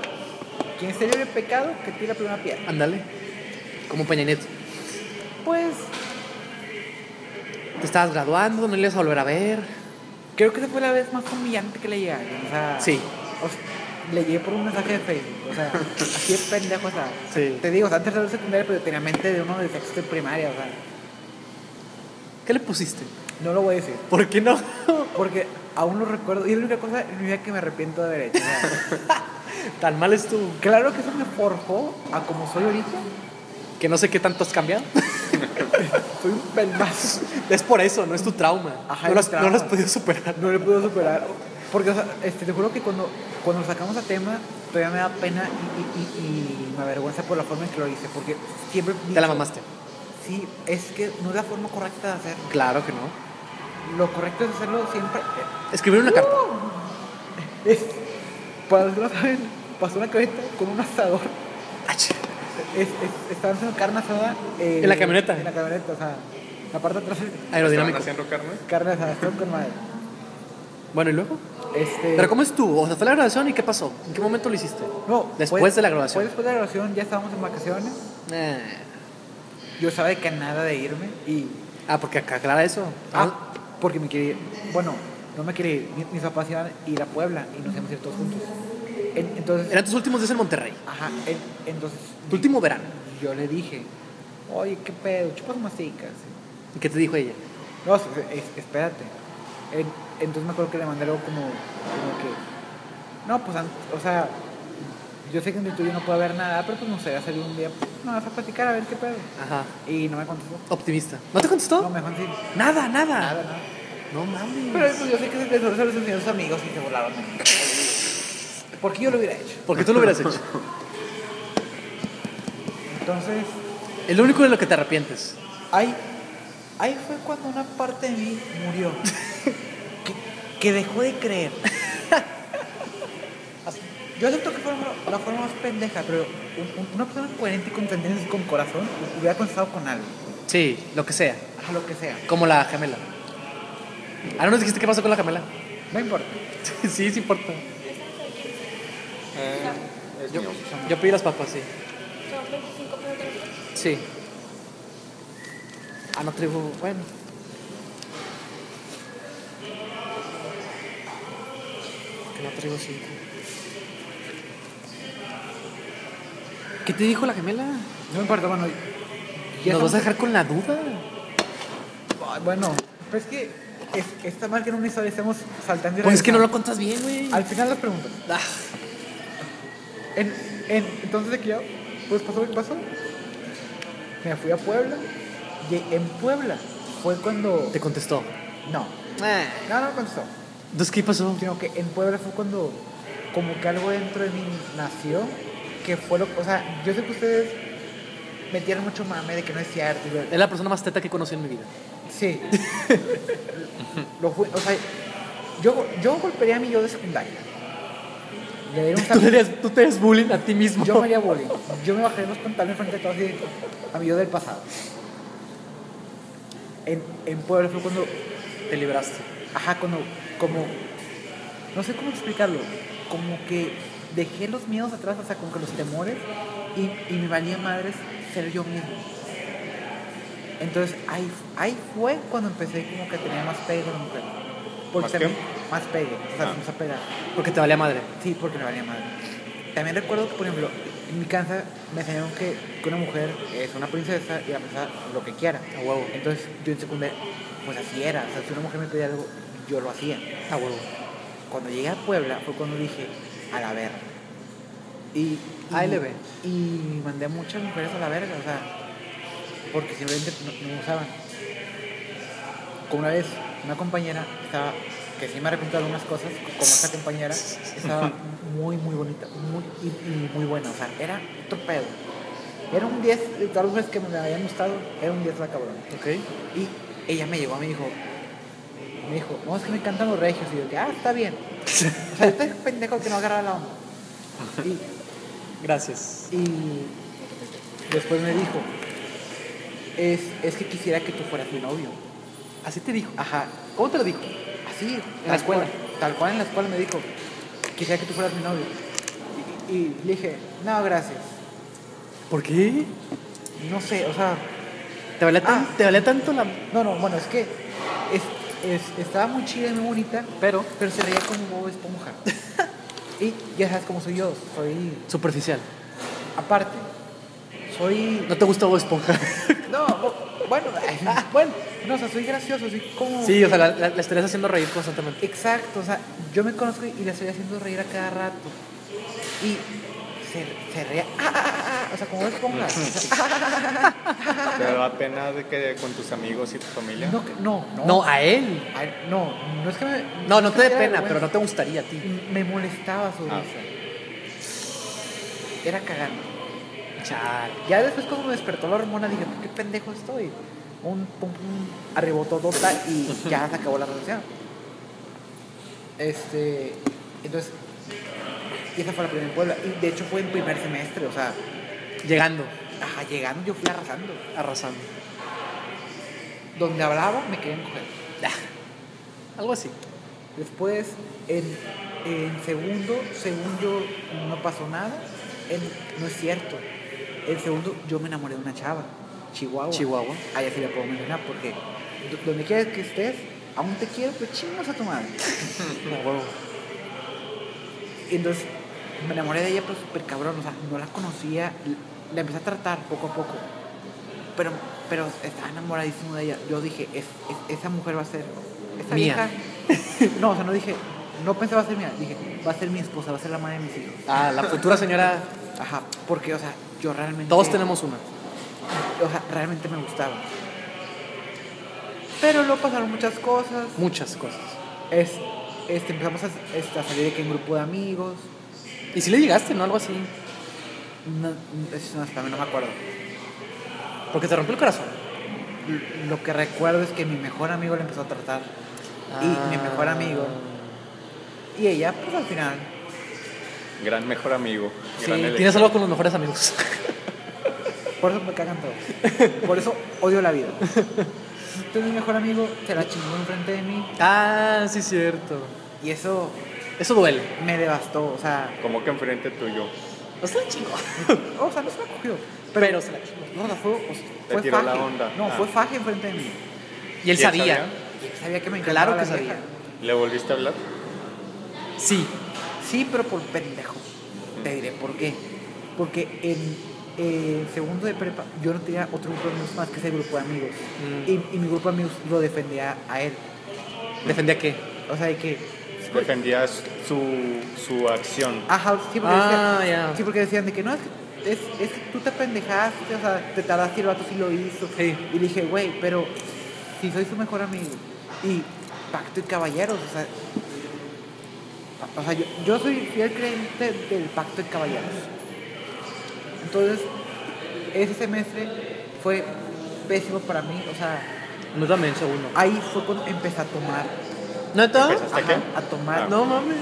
Quien se lleve pecado, que tira la primera piedra.
ándale. Como Peña Nieto.
Pues,
Te estabas graduando, no le ibas a volver a ver.
creo que esa fue la vez más humillante que le llegué. a alguien, O sea,
Sí.
o sea, le llegué por un mensaje de Facebook. O sea, así de pendejo, o sea.
Sí.
Te digo, o sea, antes de la secundaria, pero tenía mente de uno de sexto de primaria, o sea.
¿Qué le pusiste?
No lo voy a decir.
¿Por qué no?
Porque aún lo recuerdo. Y es la única cosa en mi vida que me arrepiento de haber hecho. o sea,
Tan mal estuvo.
claro que eso me forjó a como soy ahorita.
Que no sé qué tanto has cambiado.
Soy un pelmazo.
Es por eso, no es tu trauma.
Ajá,
no,
es
lo has,
mi
no
trauma.
lo has podido superar.
No le pude superar. Porque, o sea, este, te juro que cuando, cuando lo sacamos a tema, todavía me da pena y, y- y- y me avergüenza por la forma en que lo hice. Porque siempre.
Te la mamaste.
Sí, es que no es la forma correcta de hacerlo.
Claro que no.
Lo correcto es hacerlo siempre. eh,
Escribir una carta.
Es, para los que no saben, pasó una camioneta con un asador.
Ach,
Es, es- estaban haciendo carne asada. eh,
¿En la camioneta?
En la camioneta, o sea, la parte de atrás
Aerodinámico.
¿Estaban haciendo carne?
carne asada. estuvo con madre.
Bueno, ¿y luego?
Este,
Eh. ¿Pero cómo estuvo? O sea, fue la graduación y ¿qué pasó? ¿En qué momento lo hiciste?
No,
Después de la graduación.
fue después de la graduación, ya estábamos en vacaciones.
Eh,
Yo estaba de que nada de irme y.
Ah, porque acá aclara eso.
Ah, porque me quería ir. Bueno, no me quería ir. Mi- Mis papás iban a ir a Puebla y nos íbamos a ir todos juntos. En- entonces.
Eran tus últimos días en Monterrey.
Ajá, en- entonces.
Tu último verano.
Yo le dije, oye, qué pedo, chupas masticas.
¿Y qué te dijo ella?
No, es- es- espérate. En- entonces me acuerdo que le mandé algo como, como que. No, pues, an- o sea, yo sé que entre tú y yo no puede haber nada, pero pues nos gustaría salir un día. No, vas a platicar a ver qué pedo.
Ajá.
Y no me contestó.
Optimista. ¿No te
No,
contestó?
me dejó en silencio.
Nada, nada.
Nada, nada.
No mames.
Pero pues, yo sé que se te solo se los enseñó a sus amigos y se volaron. Porque yo lo hubiera hecho.
¿Por qué tú lo hubieras hecho?
Entonces,
Es lo único de lo que te arrepientes.
ahí, ahí fue cuando una parte de mí murió. que, que dejó de creer. Yo acepto que fue la- la forma más pendeja, pero un- un- una persona coherente y con tendencias y con corazón hubiera contestado con algo,
Sí, lo que sea.
a lo que sea.
Como la gemela. Ah, no nos dijiste qué pasó con la gemela.
No importa.
sí, sí importa.
Es
Eh, Yo,
mío.
yo pedí las papas, sí.
Son 25 minutos.
Sí. Ah, no tribu, bueno. Que no tribu cinco. ¿Qué te dijo la gemela?
No importa, bueno. ya
¿Nos vas a
estamos-
dejar con la duda?
Ay, Bueno, pero es que es, está mal que en una historia estemos saltando y
Pues es que no lo
regresando.
contas bien, güey.
Al final la pregunta.
Ah,
En, en- entonces de que ya, pues pasó lo que pasó. Me fui a Puebla. Y en Puebla fue cuando.
te contestó.
No,
Ah,
no, no me contestó.
Entonces, ¿qué pasó?
Sino que en Puebla fue cuando, como que algo dentro de mí nació. Que fue lo. O sea, yo sé que ustedes metieron mucho mame de que no es cierto. y bla,
Es la persona más teta que conocí en mi vida.
Sí. Lo fui- o sea, yo, yo golpearía a mi yo de secundaria. Le daría un
Tú,
zape-
le harías- tú te eres bullying a ti mismo.
Yo me haría bullying. Yo me bajaría los pantalones frente a todos y a mi yo del pasado. En, en Puebla fue cuando,
Te libraste.
ajá, cuando, como, no sé cómo explicarlo. como que dejé los miedos atrás, o sea, como que los temores, y, y me valía madres ser yo mismo. Entonces ahí, ahí fue cuando empecé como que tenía más pegue con la mujer. Porque
¿Más
también-
qué?
más pegue, o sea,
Ah.
empezó a pegar.
Porque te valía madre.
Sí, porque me valía madre. También recuerdo que, por ejemplo, en mi casa me enseñaron que, que una mujer es una princesa y va a pensar lo que quiera.
A huevo.
Entonces yo en secundaria, pues así era. O sea, si una mujer me pedía algo, yo lo hacía.
A Ah, huevo.
Cuando llegué a Puebla fue cuando dije, a la verga. Y, y-
ALB.
Y mandé a muchas mujeres a la verga, o sea, porque simplemente no, no me usaban. Como una vez, una compañera estaba, que sí me arrepiento de algunas cosas, como esta compañera, estaba muy, muy bonita, muy, y, y muy buena, o sea, era otro pedo. Era un 10, de todas las veces que me habían gustado, era un 10 la cabrona.
Ok.
Y ella me llegó y me dijo, me dijo, no, es que me encantan los regios. Y yo, que, ah, está bien. O sea, este pendejo que no agarra la onda. Y,
Gracias.
y después me dijo, es, es que quisiera que tú fueras mi novio.
Así te dijo.
Ajá,
¿Cómo te lo dijo?
así.
En la escuela.
cual- tal cual en la escuela me dijo, quisiera que tú fueras mi novio. Y, y le dije, no, gracias.
¿Por qué?
No sé, o sea,
¿Te valía, tan-
Ah.
te valía tanto la...
no, no, bueno, es que es, es- estaba muy chida y muy bonita,
Pero...
pero se veía como Bob Esponja. y ya sabes cómo soy yo, soy
Superficial.
aparte. Soy
No te gusta Bob Esponja.
no, bo- bueno, ay, bueno, no, o sea, soy gracioso, soy como
sí, o sea, la, la- la estarías haciendo reír constantemente.
exacto, o sea, yo me conozco y la estoy haciendo reír a cada rato. Y se, se rea, ah, ah, ah, ah, o sea, como Bob Esponja. O sea,
¿Te da pena de que con tus amigos y tu familia?
no, que- no, no.
No, a él.
Ay, no, no es que me
No, no
es
te
que
dé
me diera
pena, pero
vergüenza.
no te gustaría a ti.
me molestaba su
Ah.
risa. Era cagando.
Chal.
Ya después cuando me despertó la hormona dije, "Pues, qué pendejo estoy. Un pum pum arrebotodota y ya se acabó la relación. Este, entonces, y esa fue la primera en Puebla. Y de hecho fue en primer semestre, o sea,
Llegando,
ajá, llegando yo fui arrasando.
arrasando.
Donde hablaba me querían coger.
Algo así.
Después, en, en segundo, según yo, no pasó nada. En- no es cierto. En segundo, yo me enamoré de una chava,
Oh,
Chihuahua.
Chihuahua.
Allá sí la puedo mencionar porque do- donde quiera que estés, aún te quiero, pero chingos a tu madre.
No, huevo.
Y entonces, me enamoré de ella, pero súper cabrón. O sea, no la conocía. l- La empecé a tratar poco a poco. Pero, pero estaba enamoradísimo de ella. Yo dije, es, es- esa mujer va a ser. Esa
Mía.
vieja- No, o sea, no dije. No pensaba ser mía. Dije, va a ser mi esposa, va a ser la madre de mis hijos.
Ah, la futura señora...
Ajá. Porque, o sea, yo realmente.
Todos tenemos una.
O sea, realmente me gustaba. Pero luego pasaron muchas cosas.
Muchas cosas.
Es, este, empezamos a, este, a salir de que en grupo de amigos.
Y si le llegaste, ¿no? Algo así.
No, es- no, también no me acuerdo.
Porque te rompió el corazón.
L- Lo que recuerdo es que mi mejor amigo le empezó a tratar.
Ah.
Y mi mejor amigo. Y ella, pues al final.
Gran mejor amigo.
Sí,
gran elección.
tienes algo con los mejores amigos.
Por eso me cagan todos. Por eso odio la vida. Entonces mi mejor amigo se la chingó enfrente de mí.
ah, sí, cierto.
Y eso
Eso duele.
me devastó. O sea,
Como que enfrente tuyo.
No se la chingó.
o sea no se la cogió.
Pero, se la chingó.
No, o sea, fue, o sea,
Te
fue
tiró la
faje.
onda.
No,
Ah.
fue faje enfrente de mí.
Y él
¿Y él
sabía.
sabía?
Y sabía que me
Claro
encantaba
que
la
sabía.
vieja.
¿Le volviste a hablar?
Sí.
Sí, pero por pendejo. Te diré por qué. Porque en eh, segundo de prepa yo no tenía otro grupo de amigos más que ese grupo de amigos.
Mm.
Y, y mi grupo de amigos lo defendía a él.
¿Defendía qué?
O sea, de que...
Defendías su, su acción.
Ajá, sí, porque,
Ah,
decían,
ya.
sí, porque decían de que no, es que, es, es que tú te pendejaste, o sea, te tardaste y el vato sí lo hizo.
Sí.
Y dije, güey, pero si soy su mejor amigo. Y pacto y caballeros, o sea... O sea, yo, yo soy fiel creyente del pacto de caballeros. Entonces, ese semestre fue pésimo para mí. O sea,
No también, segundo.
ahí fue cuando empecé a tomar.
¿No
Empezaste. ¿Hasta
Ajá,
qué?
A tomar.
Ah.
No,
No mames.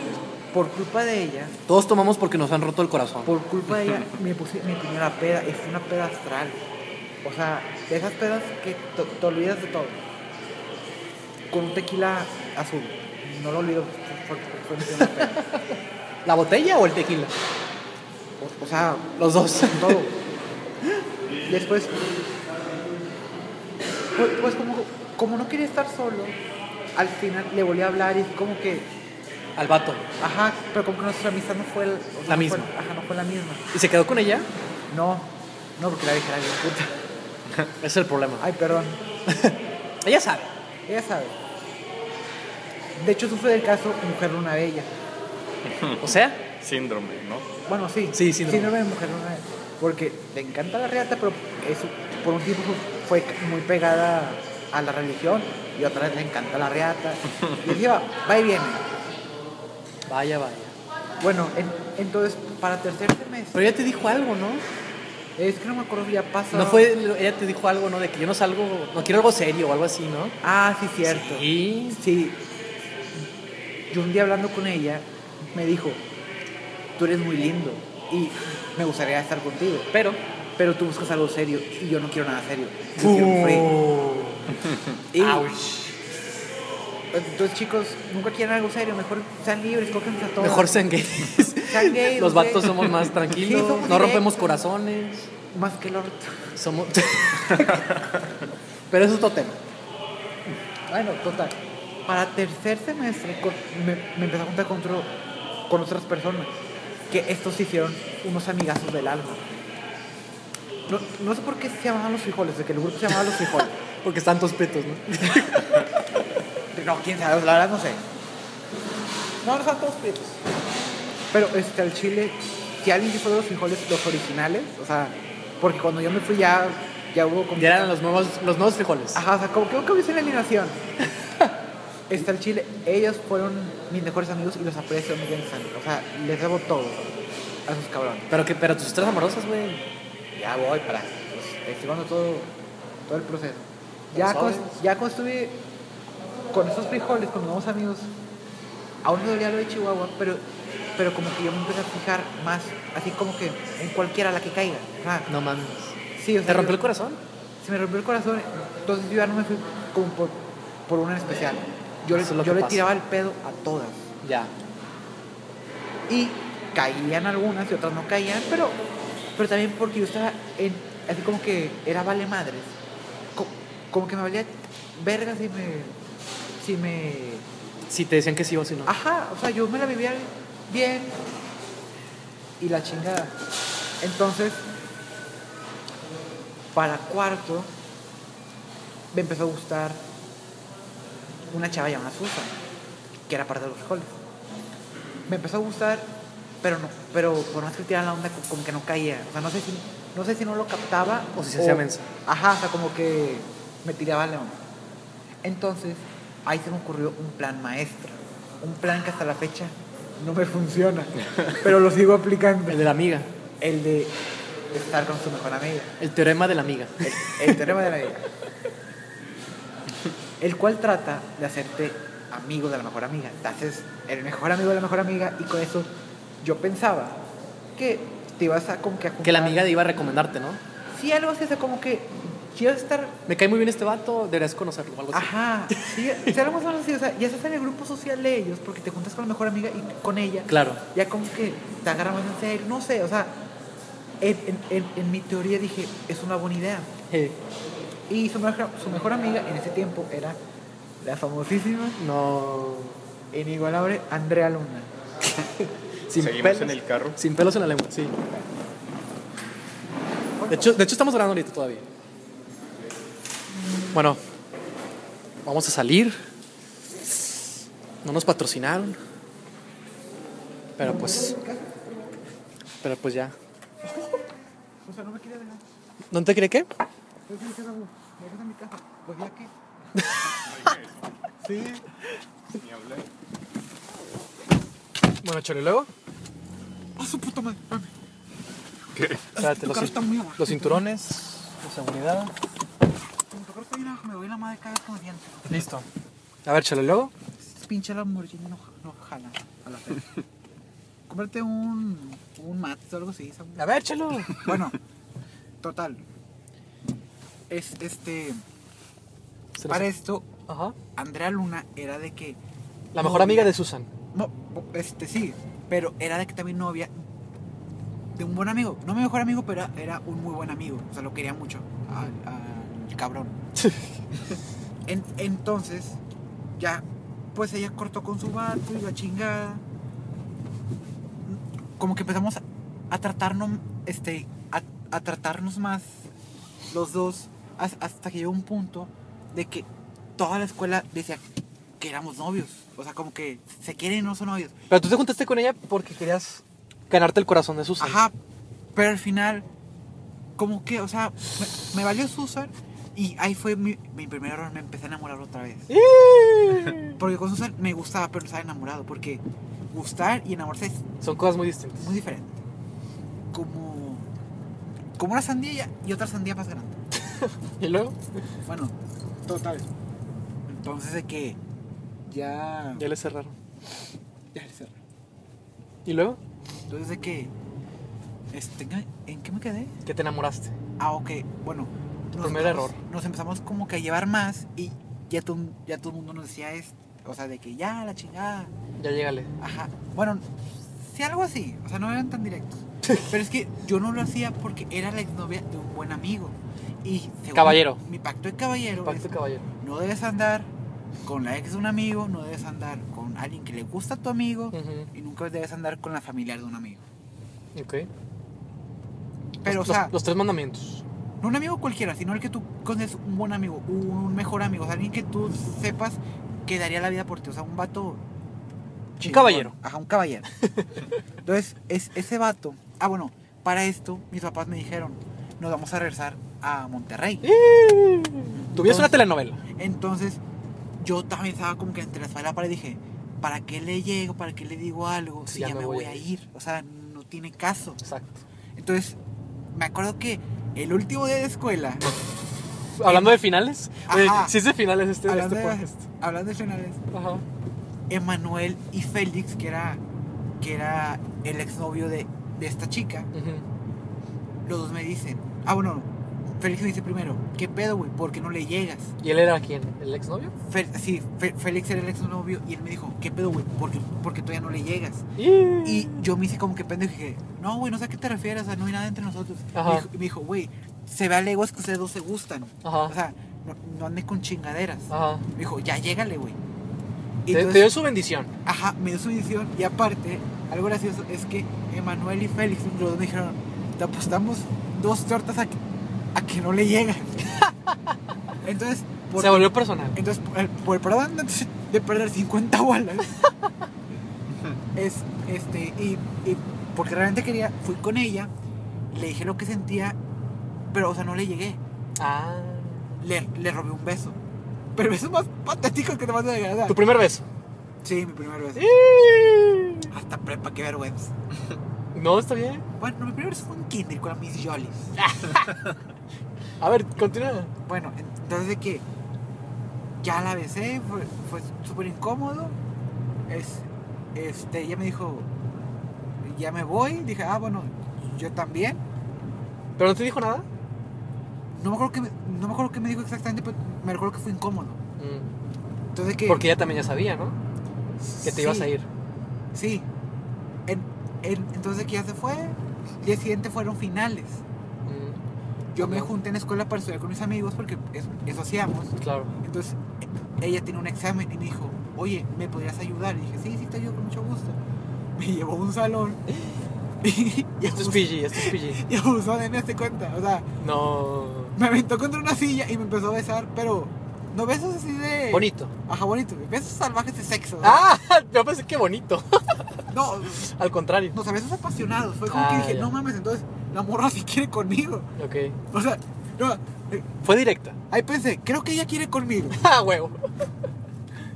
por culpa de ella,
Todos tomamos porque nos han roto el corazón.
por culpa de ella, me puse mi primera peda. Es una peda astral. O sea, de esas pedas que to- te olvidas de todo. Con un tequila azul. No lo olvido, fue, fue- fue mi primera peda.
¿La botella o el tequila?
O, o sea,
Los dos.
todo. Después, pues, pues como, como no quería estar solo, al final le volví a hablar y como que,
Al vato.
ajá, pero como que nuestra amistad no fue el- o sea,
La
no
misma.
fue- ajá, no fue la misma.
¿Y se quedó con ella?
No, no, porque la dejé la vida puta.
Ese es el problema.
Ay, perdón.
Ella sabe.
Ella sabe. De hecho, sufre del caso Mujer Luna Bella.
O sea,
Síndrome, ¿no?
Bueno, sí.
Sí, síndrome.
de Mujer Luna Bella. Porque le encanta la reata, pero eso, por un tiempo fue muy pegada a la religión. Y otra vez le encanta la reata. Y así va, va y viene.
vaya, vaya.
Bueno, en- entonces, para tercer semestre,
Pero ella te dijo algo, ¿no?
es que no me acuerdo si ya pasó.
No fue, ella te dijo algo, ¿no? De que yo no salgo, no quiero algo serio o algo así, ¿no?
Ah, sí, cierto.
Sí.
Sí. Yo un día hablando con ella, me dijo, tú eres muy lindo y me gustaría estar contigo,
Pero.
pero tú buscas algo serio y yo no quiero nada serio. Yo quiero un free". Y-
Uh. Ouch.
Entonces, chicos, nunca quieran algo serio, mejor sean libres, cójanse a todos.
Mejor sean gays.
Sean gays,
Los
güey.
vatos somos más tranquilos,
Sí, somos
no rompemos
directos.
corazones.
Más que el orto.
Somos. Pero eso es otro tema.
Bueno, total. Para tercer semestre con- me, me empecé a juntar con, otro- con otras personas que estos se hicieron unos amigazos del alma. No, no sé por qué se llamaban los frijoles, de que el grupo se llamaba los frijoles.
Porque están todos petos, ¿no?
No, quién sabe, la verdad no sé. No, no están todos prietos. Pero este, al chile, si alguien que fue de los frijoles, los originales, o sea, porque cuando yo me fui ya, ya hubo como.
Ya eran los nuevos, los nuevos frijoles.
Ajá, o sea, como que nunca hubiese una eliminación. Está el Este, Chile, ellos fueron mis mejores amigos y los aprecio, me entiendes. O sea, les debo todo a esos cabrones.
Pero, que, pero tus historias amorosas, güey.
Ya voy para. pues, Estimando todo, todo el proceso. Ya,
Lo
con,
sabes.
ya cuando estuve con esos frijoles, con nuevos amigos, aún me dolía lo de Chihuahua, pero, pero como que yo me empecé a fijar más, así como que en cualquiera la que caiga. Ajá.
No mames.
Sí, o sea,
¿Te rompió el corazón?
se me rompió el corazón, entonces yo ya no me fui como por, por una en especial. Yo, le,
Eso es lo
yo
que
le
pasa.
tiraba el pedo a todas.
Ya.
Y caían algunas y otras no caían, pero, pero también porque yo estaba en, así como que era vale madres. Co- como que me valía verga si me... Si me...
Si te decían que sí o si no.
Ajá, o sea, yo me la vivía bien y la chingada. Entonces, para cuarto, me empezó a gustar una chava llamada Susan, que era parte de los frijoles. Me empezó a gustar, pero no, pero por más que le tirara la onda, co- como que no caía. O sea, no sé si no, sé si no lo captaba.
O si se hacía mensa.
Ajá, o sea, como que me tiraba la onda. Entonces, ahí se me ocurrió un plan maestro. Un plan que hasta la fecha no me funciona, pero lo sigo aplicando.
El de la amiga.
El de estar con su mejor amiga.
El teorema de la amiga.
El, el teorema de la vida. El cual trata de hacerte amigo de la mejor amiga. Te haces el mejor amigo de la mejor amiga y con eso yo pensaba que te ibas a como que a
Que la
juntar-
amiga te iba a recomendarte, ¿no?
Sí, algo así, o sea, como que quiero estar...
Me cae muy bien este vato, deberías conocerlo o algo así.
Ajá, sí, o sea, algo más o menos así, o sea, ya estás en el grupo social de ellos porque te juntas con la mejor amiga y con ella.
Claro.
ya como que te agarra más en serio, no sé, o sea, en, en- en- en mi teoría dije, es una buena idea.
Eh,
Y su mejor, su mejor amiga en ese tiempo era la famosísima,
no.
inigualable Andrea Luna.
Sin
Seguimos
pelos.
en el carro.
Sin pelos en la lengua, sí. De hecho, de hecho estamos grabando ahorita todavía. Bueno, vamos a salir. No nos patrocinaron. Pero pues. Pero pues ya.
O sea, no me quería dejar,
¿No te cree qué?
yo dije, ¿qué hago? Me dejas en mi casa, pues ya que...
Bueno, Cholo, ¿y luego?
¡Ah, su puta madre! Ah, Mami.
Espérate, los,
carro está muy abajo.
los cinturones, la seguridad.
Como tocar estoy bien abajo, me doy la madre cada vez con los dientes.
Listo. A ver, Cholo, ¿y luego?
Pinche Lamborghini no, no jala a la tele. Cómprate un, un mate o algo así, ¿sabes?
A ver, Cholo.
Bueno, total. Es este.
Se nos-
Para esto,
Ajá.
Andrea Luna era de que.
La mejor amiga de Susan.
mo- este sí, Pero era de que también novia de un buen amigo. No mi mejor amigo, pero era- era un muy buen amigo. O sea, lo quería mucho. Al, al cabrón. En- entonces, ya, pues ella cortó con su vato y la chingada. Como que empezamos a, a tratarnos, este, a, a tratarnos más los dos. has- Hasta que llegó un punto de que toda la escuela decía que éramos novios. O sea, como que se quieren y no son novios.
Pero tú te juntaste con ella porque querías ganarte el corazón de Susan.
Ajá, pero al final, como que, o sea, me, me valió Susan y ahí fue mi, mi primer error, me empecé a enamorar otra vez.
¡Ih!
Porque con Susan me gustaba, pero no estaba enamorado, porque gustar y enamorarse es
Son cosas muy distintas.
muy diferente. Como, como una sandía y- y otra sandía más grande.
Y luego
Bueno, total. Entonces de que ya...
ya le cerraron.
ya le cerré.
¿Y luego?
Entonces de que... Este, ¿En qué me quedé?
Que te enamoraste.
Ah, ok, bueno.
Tu
nos
primer
empezamos-
error.
Nos empezamos como que a llevar más y ya, todo ya todo el mundo nos decía esto. O sea, de que ya, la chingada.
Ya llegale.
Ajá. Bueno, sí, algo así. O sea, no eran tan directos. Pero es que yo no lo hacía porque era la exnovia de un buen amigo. Y según
Caballero.
Mi pacto de caballero.
Pacto
es,
caballero.
no debes andar con la ex de un amigo, no debes andar con alguien que le gusta a tu amigo
Ujú,
y nunca debes andar con la familiar de un amigo.
Ok.
Pero,
los,
o sea,
los- los tres mandamientos.
No un amigo cualquiera, sino el que tú consideres un buen amigo, un mejor amigo, o sea, alguien que tú sepas que daría la vida por ti, o sea, un vato. chingón.
caballero.
Ajá, un caballero. Entonces, es ese vato. Ah, bueno, para esto, mis papás me dijeron, nos vamos a regresar a Monterrey.
Tuvieras una
Entonces-
telenovela.
Entonces, yo también estaba como que entre la espalda para dije, ¿para qué le llego? ¿Para qué le digo algo? Si ya, me voy, a ir. O sea, no tiene caso.
Exacto.
Entonces, me acuerdo que el último día de escuela.
Hablando de finales. Oye,
Ajá.
sí es de finales este,
hablando,
este
de,
podcast.
hablando de finales,
Ajá.
Emanuel y Félix, que era, que era el exnovio de, de esta chica,
Ujú.
los dos me dicen, ah, bueno, Félix me dice primero, ¿qué pedo, güey? ¿Por qué no le llegas?
¿Y él era quién? ¿El exnovio?
Fel- sí, Fe- Félix era el exnovio y él me dijo, ¿qué pedo, güey? ¿Por qué, por qué todavía no le llegas? Y yo me hice como que pendejo y dije, no, güey, no sé a qué te refieres, o sea, no hay nada entre nosotros.
Ajá.
Me dijo- me dijo, güey, se ve a leguas que ustedes dos se gustan.
Ajá.
O sea, no, no ande con chingaderas.
Ajá.
Me dijo, ya llégale, güey. Y
Te,
entonces-
te dio su bendición.
Ajá, me dio su edición y aparte, algo gracioso es que Emanuel y Félix los dos me dijeron, te apostamos dos tortas a que, a que no le llegan. entonces, por,
Se volvió personal.
entonces, por, el- por el perdón antes de perder 50 bolas, es, este, y, y porque realmente quería, fui con ella, le dije lo que sentía, pero, o sea, no le llegué.
Ah.
Le, le robé un beso. Pero el beso más patético que te vas a regalar.
Tu primer beso.
Sí, mi primer beso.
¿Eh?
Hasta prepa, qué vergüenza.
No, está bien.
Bueno, mi primer beso fue en kinder con la Miss Jolly.
A ver, continúa.
Bueno, entonces de que ya la besé, fue, fue súper incómodo. Es, este, ella me dijo, ya me voy. Dije, ah, bueno, yo también.
¿Pero no te dijo nada?
No me acuerdo que, no me, acuerdo qué me dijo exactamente, pero me recuerdo que fue incómodo.
Mm,
Entonces de que...
Porque ella también ya sabía, ¿no? Que te ibas
sí,
a ir.
Sí. En- en- entonces de que ya se fue. Y el siguiente fueron finales.
Mm,
Yo me
Ajá.
junté en la escuela para estudiar con mis amigos porque es- eso hacíamos.
claro.
Entonces e- ella tiene un examen y me dijo, oye, ¿me podrías ayudar? Y dije, sí, sí, te ayudo con mucho gusto. Me llevó a un salón y, y
Esto es
abusó,
PG, esto es PG.
y abusó de mí, hazte cuenta. O sea,
No.
me aventó contra una silla y me empezó a besar, pero no besos así de...
Bonito.
Ajá, bonito. Besos salvajes de sexo. ¿no?
Ah, yo pensé que bonito.
No,
Al contrario.
no, o sea, besos apasionados. Fue como
Ah,
que dije,
ya.
no mames, entonces la morra sí quiere conmigo.
Ok.
O sea, no, eh,
Fue directa.
ahí pensé, creo que ella quiere conmigo.
Ah, huevo.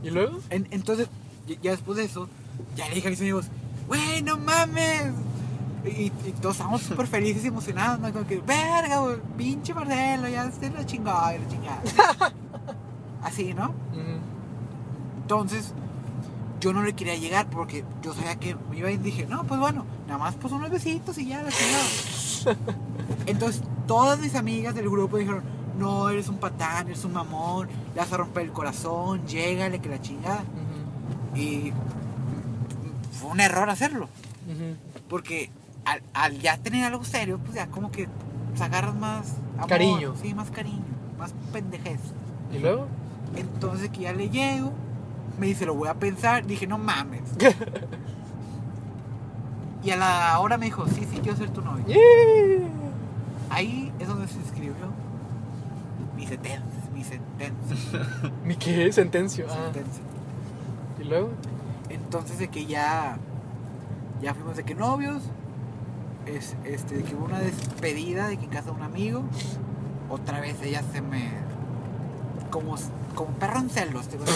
¿Y luego?
En- entonces, ya, ya después de eso, ya le dije a mis amigos, güey, no mames. Y, y todos estábamos súper felices y emocionados, ¿no? Como que, verga, güey, pinche Marcelo, ya se lo chingó, y la chingada. Así, ¿no?
Mm,
Entonces, yo no le quería llegar porque yo sabía que me iba y dije, no, pues bueno, nada más pues unos besitos y ya, la chingada. Entonces, todas mis amigas del grupo dijeron, no, eres un patán, eres un mamón, le vas a romper el corazón, llégale, que la chingada.
ujú.
Y fue un error hacerlo.
Ujú.
Porque al, al ya tener algo serio, pues ya como que pues, agarras más amor,
Cariño.
Sí, más cariño, más pendejez.
¿Y luego?
Entonces que ya le llego, me dice, lo voy a pensar. Dije, no mames. y a la hora me dijo, sí, sí, quiero ser tu novio. Ahí es donde se inscribió mi sentencia, mi sentencia,
¿Mi qué? Sentencio.
mi
Ah,
sentencia.
¿Y luego?
Entonces de que ya, ya fuimos de que novios, es, este, de que hubo una despedida de que en casa de un amigo, otra vez ella se me, como, como perro en celos, te digo,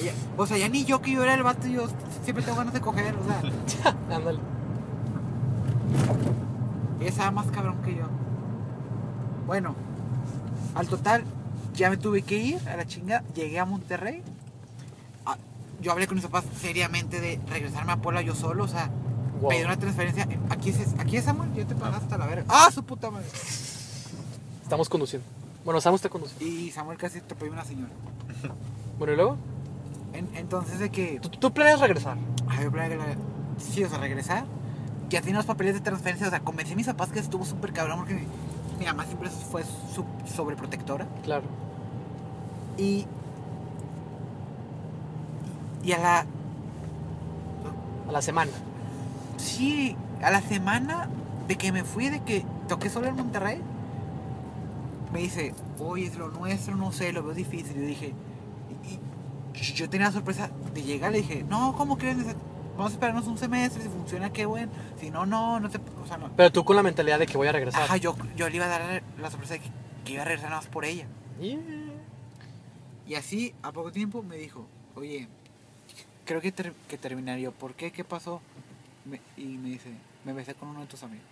ella- o sea, ya ni yo que yo era el vato, yo siempre tengo ganas de coger, o sea,
Ándale.
ella estaba más cabrón que yo. Bueno, al total, ya me tuve que ir a la chinga, llegué a Monterrey, Ah, yo hablé con mis papás seriamente de regresarme a Puebla yo solo, o sea,
Wow.
pedí una transferencia. eh, Aquí es, aquí es Samuel, ya te pagaste hasta la verga. ¡Ah, su puta madre!
Estamos conduciendo. Bueno, Samu está conduciendo.
Y Samuel casi atropelló a una señora.
Bueno, ¿y luego?
En- entonces, de que.
¿Tú, tú planeas regresar?
Ay, yo planeé que la- sí, o sea, regresar. Ya tenía los papeles de transferencia, o sea, convencí a mis papás que estuvo súper cabrón porque mi, mi mamá siempre fue su- sobreprotectora.
Claro.
Y. Y a la.
A la semana.
Sí, a la semana de que me fui, de que toqué solo en Monterrey, me dice, oye, es lo nuestro, no sé, lo veo difícil. Yo dije, y- y yo tenía la sorpresa de llegar, le dije, no, ¿cómo crees? Vamos a esperarnos un semestre, si funciona, qué bueno. Si no, no, no te. O sea, no.
Pero tú con la mentalidad de que voy a regresar.
Ajá, yo, yo le iba a dar la sorpresa de que, que iba a regresar nada más por ella.
Yeah.
Y así, a poco tiempo, me dijo, oye, creo que, ter- que terminaría. ¿Por qué? ¿Qué pasó? Me- y me dice, me besé con uno de tus amigos.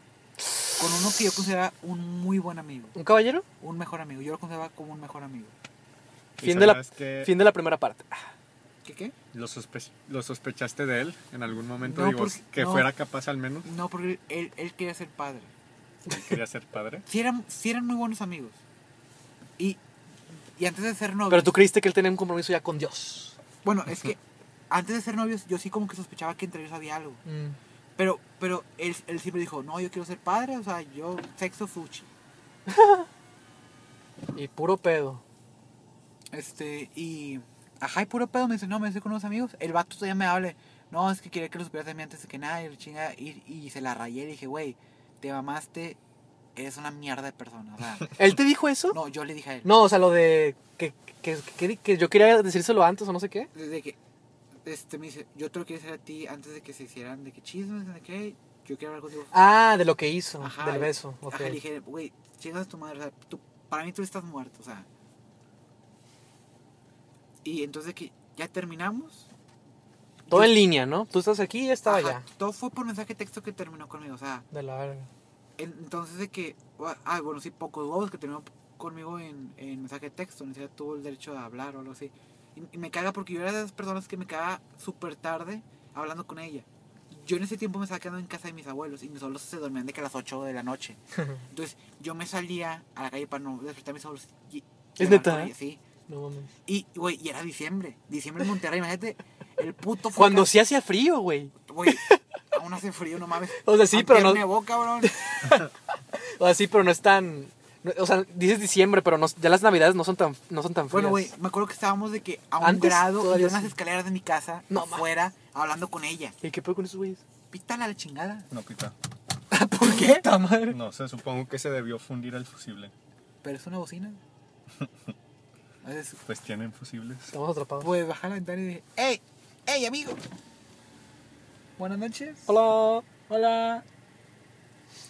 Con uno que yo consideraba un muy buen amigo,
¿Un caballero?
un mejor amigo. Yo lo consideraba como un mejor amigo.
Fin de la-
sabías que
Fin de la primera parte.
¿Qué qué?
Lo, sospe- lo sospechaste de él en algún momento?
No,
digo,
porque-
que
no.
fuera capaz al menos.
No, porque él, él quería ser padre.
Él quería ser padre.
Sí eran, sí eran muy buenos amigos. Y, y antes de ser novios...
Pero tú creíste que él tenía un compromiso ya con Dios.
Bueno, es que antes de ser novios, yo sí como que sospechaba que entre ellos había algo.
Mm.
Pero, pero él, él siempre dijo, no, yo quiero ser padre, o sea, yo sexo fuchi.
Y puro pedo.
Este, y. Ajá, y puro pedo, me dice, no, me dice con unos amigos. El vato todavía me hable. No, es que quería que lo supieras de mí antes de que nada, y la chinga, y, y se la rayé. Le dije, güey, te mamaste, eres una mierda de persona. O sea,
¿Él te dijo eso?
no, yo le dije a él.
No, o sea, lo de que, que, que- que yo quería decírselo antes o no sé qué.
Desde que. Este, me dice, yo te lo quería hacer a ti antes de que se hicieran, de que chismes, de que yo quiero hablar contigo.
Ah, de lo que hizo,
Ajá,
del
y-
beso. ok.
Ajá, le dije, güey, llegas a tu madre, o sea, tú- para mí tú estás muerto, o sea. Y entonces que ya terminamos.
Todo
yo-
en línea, ¿no? Tú estás aquí y yo estaba
Ajá,
allá.
Todo fue por mensaje de texto que terminó conmigo. O sea,
De la verga.
en- entonces de que. Ah, bueno, sí, pocos huevos que terminó conmigo en, en mensaje de texto. Ni siquiera tuvo el derecho de hablar o algo así. Y, y me caga porque yo era de esas personas que me caga súper tarde hablando con ella. Yo en ese tiempo me estaba quedando en casa de mis abuelos y mis abuelos se dormían de que a las 8 de la noche. Entonces yo me salía a la calle para no despertar a mis abuelos. y- y
¿Es
hablar
neta? ¿eh?
con ella, Sí.
No mames.
Y, güey, y era diciembre. Diciembre en Monterrey, imagínate. El puto fue
Cuando
acá-
sí hacía frío, güey.
Güey, aún hace frío, no mames.
O sea, sí, pero no-
Me cabrón.
O sea, sí, pero no es tan. no- O sea, dices diciembre, pero no- ya las navidades no son tan, no son tan frías.
Bueno, güey, me acuerdo que estábamos de que a un
Antes,
grado y
todavía
en las
sí.
escaleras de mi casa,
No, ma.
afuera, hablando con ella.
¿Y qué pedo con esos güeyes?
Pítala a la chingada.
No, quita.
¿Por qué? ¡Ta madre!
No sé, supongo que se debió fundir al fusible.
Pero es una bocina. Entonces,
Pues tienen fusibles.
Estamos atrapados.
pues bajé la ventana y dije, ¡Ey! ¡Ey, amigo! Buenas noches.
Hola.
Hola.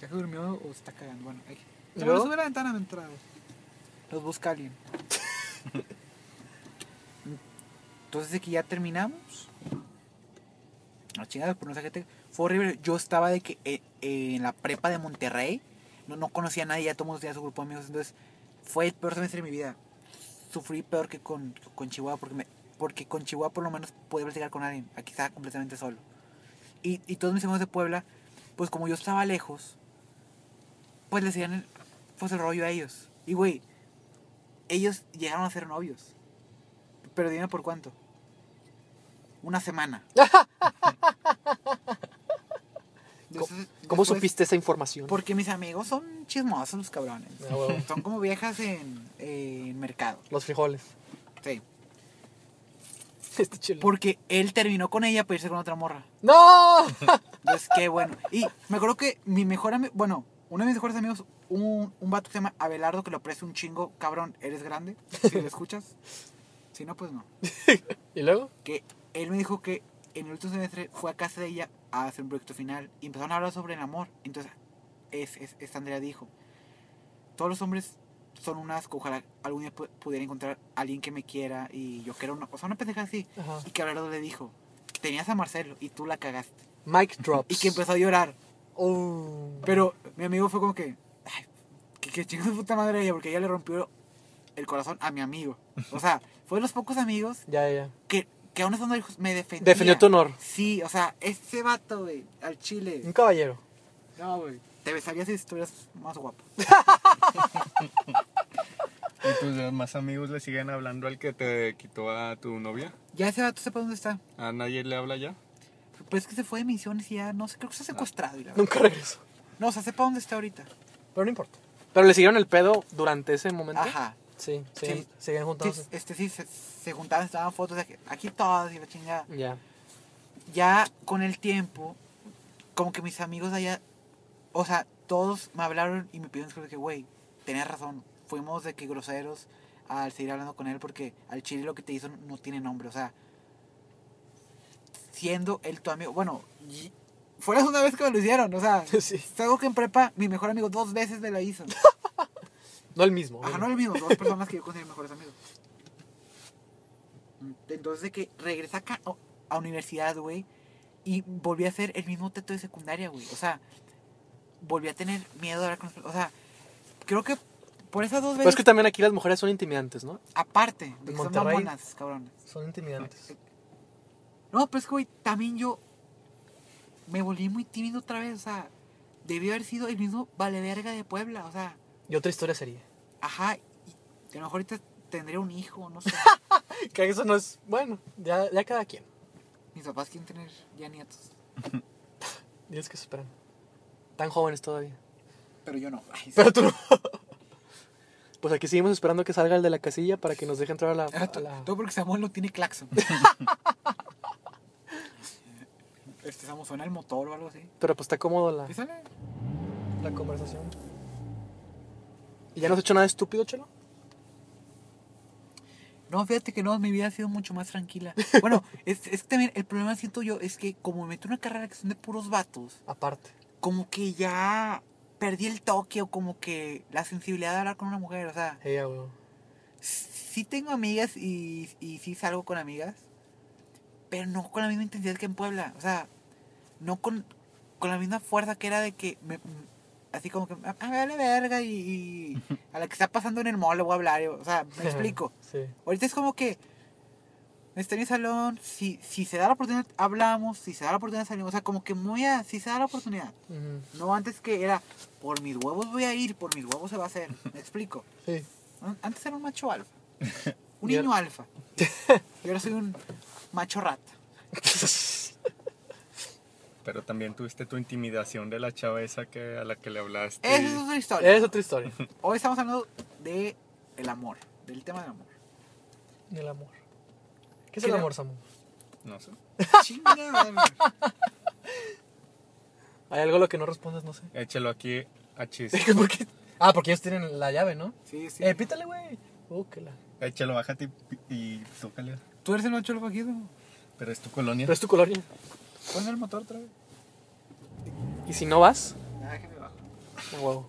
¿Se durmió o se está cagando? Bueno, ahí.
¿Y
Se
luego?
sube la ventana mientras los busca alguien. Entonces, de que ya terminamos. No chingados, por no sé qué te- Fue horrible. Yo estaba de que eh, eh, en la prepa de Monterrey. No, no conocía a nadie, ya todo el mundo tenía su grupo de amigos. Entonces, fue el peor semestre de mi vida. Sufrí peor que con, con Chihuahua, porque, me- porque con Chihuahua por lo menos podía platicar con alguien. Aquí estaba completamente solo. Y, y todos mis amigos de Puebla, pues como yo estaba lejos, pues les hacían el, pues, el rollo a ellos. Y güey, ellos llegaron a ser novios. Pero dime por cuánto. Una semana.
¿Cómo,
Entonces,
cómo
después-
supiste esa información?
Porque mis amigos son chismosos los cabrones.
Ah, huevo.
Son como viejas en, en mercado.
Los frijoles.
Sí.
Este chile.
Porque él terminó con ella para irse con otra morra.
¡No!
Entonces, Pues qué bueno. Y me acuerdo que mi mejor amigo, bueno, uno de mis mejores amigos, un, un vato que se llama Abelardo, que lo aprecio un chingo, cabrón, eres grande, si lo escuchas. Si no, pues no.
¿Y luego?
Que él me dijo que en el último semestre fue a casa de ella a hacer un proyecto final y empezaron a hablar sobre el amor. Entonces, es, es, es Andrea dijo, todos los hombres son un asco, ojalá algún día pu- pudiera encontrar a alguien que me quiera y yo quiero una, o sea, una pendeja así.
Ajá.
Y que Abelardo le dijo, tenías a Marcelo y tú la cagaste.
Mic drops.
Y que empezó a llorar.
pues, Oh.
Pero mi amigo fue como que, ay, que, que chingo de puta madre ella, porque ella le rompió el corazón a mi amigo. O sea, fue de los pocos amigos
Ya, ya.
que, que aún estando lejos me defendía.
Defendió tu honor.
Sí, o sea, ese vato, güey, al
Un
chile.
caballero.
No, güey. Te besaría si estuvieras más guapo.
¿Y tus demás amigos le siguen hablando al que te quitó a tu novia?
Ya ese vato sepa dónde está.
¿A nadie le habla ya?
Pero es que se fue de misiones y ya, no sé, creo que está secuestrado. Y la verdad.
Nunca regresó.
No, o sea, sepa dónde está ahorita.
Pero no importa. Pero le siguieron el pedo durante ese momento.
Ajá.
Sí, siguen,
Sí.
siguen
Sí,
juntándose.
este, sí, se, se juntaban, se daban fotos. Aquí, aquí todos y la chingada.
Ya.
ya con el tiempo, como que mis amigos de allá, o sea, todos me hablaron y me pidieron disculpas de que, güey, tenías razón, fuimos de que groseros al seguir hablando con él porque al chile lo que te hizo no tiene nombre, o sea, siendo él tu amigo, bueno, y- fue la segunda vez que me lo hicieron, o sea,
Sí.
es algo que en prepa mi mejor amigo dos veces me lo hizo.
No el mismo.
Ajá, Ah, no
obviamente.
el mismo, dos personas que yo considero mejores amigos. Entonces de que regresé acá o- a universidad, güey, y volví a hacer el mismo teto de secundaria, güey. O sea, volví a tener miedo de hablar con los... O sea, creo que por esas dos
Pero
veces,
es que también aquí las mujeres son intimidantes, ¿no?
aparte de que son
Monterrey.
mamonas, cabrones.
Son intimidantes.
No, pero es que, güey, también yo me volví muy tímido otra vez, o sea, debió haber sido el mismo vale verga de Puebla, o sea,
Y otra historia sería.
ajá, y a lo mejor ahorita tendría un hijo, no sé.
Que eso no es. Bueno, ya, ya cada quien.
Mis papás quieren tener ya nietos.
Dios que superan. Tan jóvenes todavía.
Pero yo no. Ay, sí.
Pero tú no. Pues aquí seguimos esperando que salga el de la casilla para que nos deje entrar a la.
Ah,
a
to-
la-
Todo porque Samuel no tiene claxon. este Samuel suena el motor o algo así.
Pero pues está cómodo la,
¿Qué sale?
la conversación. ¿Y ya no has hecho nada estúpido, Chelo?
No, fíjate que no, mi vida ha sido mucho más tranquila. Bueno, es, es que también el problema siento yo es que como me metí en una carrera que son de puros vatos,
Aparte.
como que ya perdí el toque o como que la sensibilidad de hablar con una mujer. O sea,
Ella, güey.
sí tengo amigas y, y sí salgo con amigas, pero no con la misma intensidad que en Puebla. O sea, no con, con la misma fuerza que era de que me- m- así como que, ah, vale verga y, y a la que está pasando en el mall le voy a hablar. O sea, me explico.
Sí.
Ahorita es como que está en mi salón, si, si se da la oportunidad hablamos, si se da la oportunidad salimos. O sea, como que muy a, si se da la oportunidad.
Ujú.
No antes que era, por mis huevos voy a ir, por mis huevos se va a hacer. Me explico.
Sí.
An- Antes era un macho alfa. Un
Y
niño alfa. Y ahora soy un macho rata.
Pero también tuviste tu intimidación de la chava esa que, a la que le hablaste.
Esa es otra historia.
Es otra historia.
Hoy estamos hablando de el amor, del tema del amor.
Del amor. ¿Qué es
¿Qué
el
le-
amor, Samu?
No sé.
Chinga, madre.
Hay algo a lo que no respondas, no sé.
Échelo aquí a chis.
¿Por qué? Ah, porque ellos tienen la llave, ¿no?
sí, sí.
Eh, pítale, güey. Uh, que la-
Échelo, bájate y, y tócale.
¿Tú eres el macho alfa aquí? no?
Pero es tu colonia.
Pues,
Pero es tu colonia.
Pon el motor otra vez.
¿Y si no vas?
Ah, que me bajo.
Ah, huevo.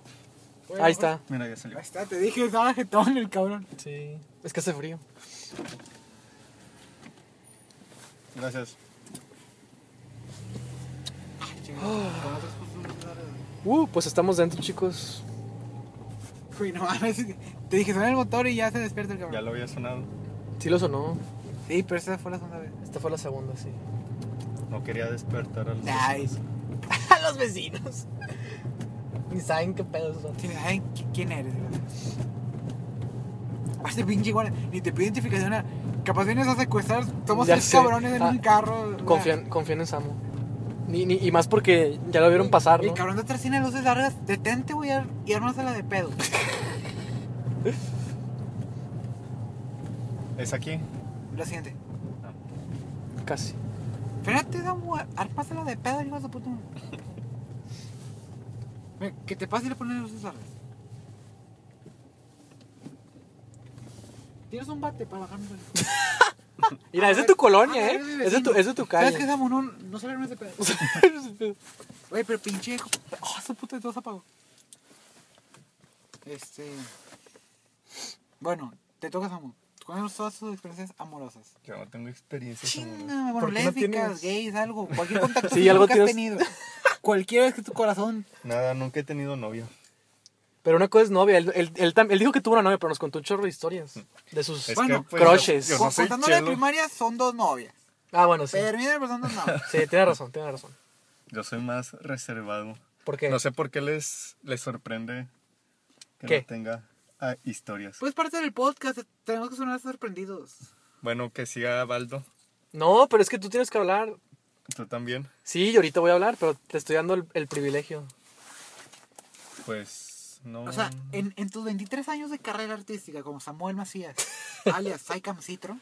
Bueno,
Ahí está.
Mira, ya salió.
Ahí está, te dije, estaba jetón el cabrón.
Sí. Es que hace frío.
Gracias.
Chinga, con otros puntos, madre.
Uh, pues estamos dentro, chicos.
Uy, no mames. Te dije, suena el motor y ya se despierta el
Ya
cabrón.
lo había sonado.
Sí lo sonó.
Sí, pero esa fue la segunda vez.
Esta fue la segunda, sí.
No quería despertar a los
Ay,
A los vecinos. Ni saben qué pedo son.
Sí, ay, ¿qui- ¿Quién eres? Hace pinche igual, ni te pide identificación. ah, Capaz vienes a secuestrar, somos
Ya
tres
sé.
cabrones en
Ah,
un carro. o sea,
Confían, confían en Samu. Ni- ni- y más porque ya lo vieron pasar,
El
¿no?
cabrón de atrás tiene luces largas. Detente, güey, ar- y ármasela de pedo.
¿Es aquí?
Lo siguiente.
Casi.
Espérate, Samu, ar- ármasela de pedo, hijo de su puta. madre. Mira, Que te pase y le pones luces largas. Tienes un bate para bajarme. güey.
Mira, es de tu
Ah,
colonia, ¿eh?
eres mi
Es de tu,
vecino.
es de tu
¿Sabes qué,
calle.
Samu? No, no se le armas de pedo. Güey, pero pinche. hijo- Oh, esa puta de todo se apagó. Este. Bueno, te toca, Samu. Cuéntanos todas tus experiencias amorosas.
Yo no tengo experiencia.
Chinga, bueno,
¿Por qué no tienes?
lésbicas, gays, algo. Cualquier contacto
Sí,
físico
algo
que has tenido. Cualquier vez que tu corazón.
Nada, nunca he tenido novio.
Pero una cosa es novia. Él, él, él tam- él dijo que tuvo una novia, pero nos contó un chorro de historias. De sus...
Es
Bueno,
que, pues,
crushes.
Yo, yo
con-
no soy
contando la de
chelo.
primaria, son dos novias.
Ah, bueno, sí.
Pero mira, pero son dos novias.
Sí, tiene razón, tiene razón.
Yo soy más reservado.
¿Por qué?
No sé por qué les, les sorprende que
¿Qué?
no tenga ah, historias.
Pues parte del podcast, tenemos que sonar sorprendidos.
Bueno, que siga Baldo.
No, pero es que tú tienes que hablar.
Tú también.
Sí, y ahorita voy a hablar, pero te estoy dando el, el privilegio.
Pues no.
O sea, en, en tus 23 años de carrera artística como Samuel Macías, alias Saikam Citro,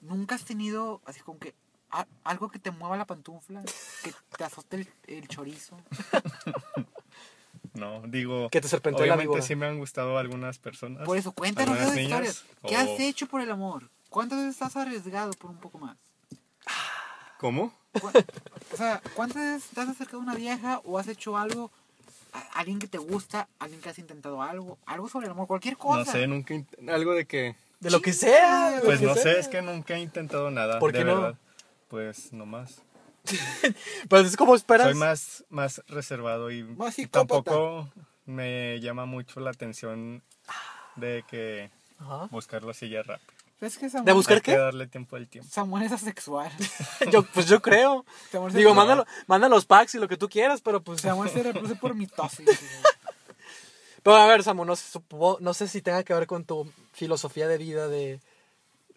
¿nunca has tenido así como que a- algo que te mueva la pantufla? Que te azote el, el chorizo.
No, digo.
Que te serpenteó la
Obviamente
víbora.
sí me han gustado algunas personas.
Por eso, cuéntanos esas
algunas niñas, Oh.
historias. ¿Qué has
o-
hecho por el amor? ¿Cuántas veces has arriesgado por un poco más?
¿Cómo?
Cu- O sea, ¿cuántas veces te has acercado a una vieja o has hecho algo? A a alguien que te gusta, alguien que has intentado algo, algo sobre el amor, cualquier cosa.
No sé, nunca. int- Algo de que.
De lo que sea. de lo
Pues
que
no
sea.
sé, es que nunca he intentado nada.
¿Por
de
qué no?
verdad. Pues nomás.
Pues es como esperas.
Soy más, más reservado y
Más psicópata.
tampoco me llama mucho la atención de que
Ajá.
buscarlo así ya rápido.
¿Sabes qué, Samuel?
De buscar-
Hay que
qué?
darle tiempo al tiempo.
Samuel es asexual.
Yo, pues yo creo.
Samuel se-
Digo, mándalo, manda los packs y lo que tú quieras, pero pues.
Samuel se reproduce por mitosis. güey.
Pero a ver, Samu, no sé, supo- no sé si tenga que ver con tu filosofía de vida de.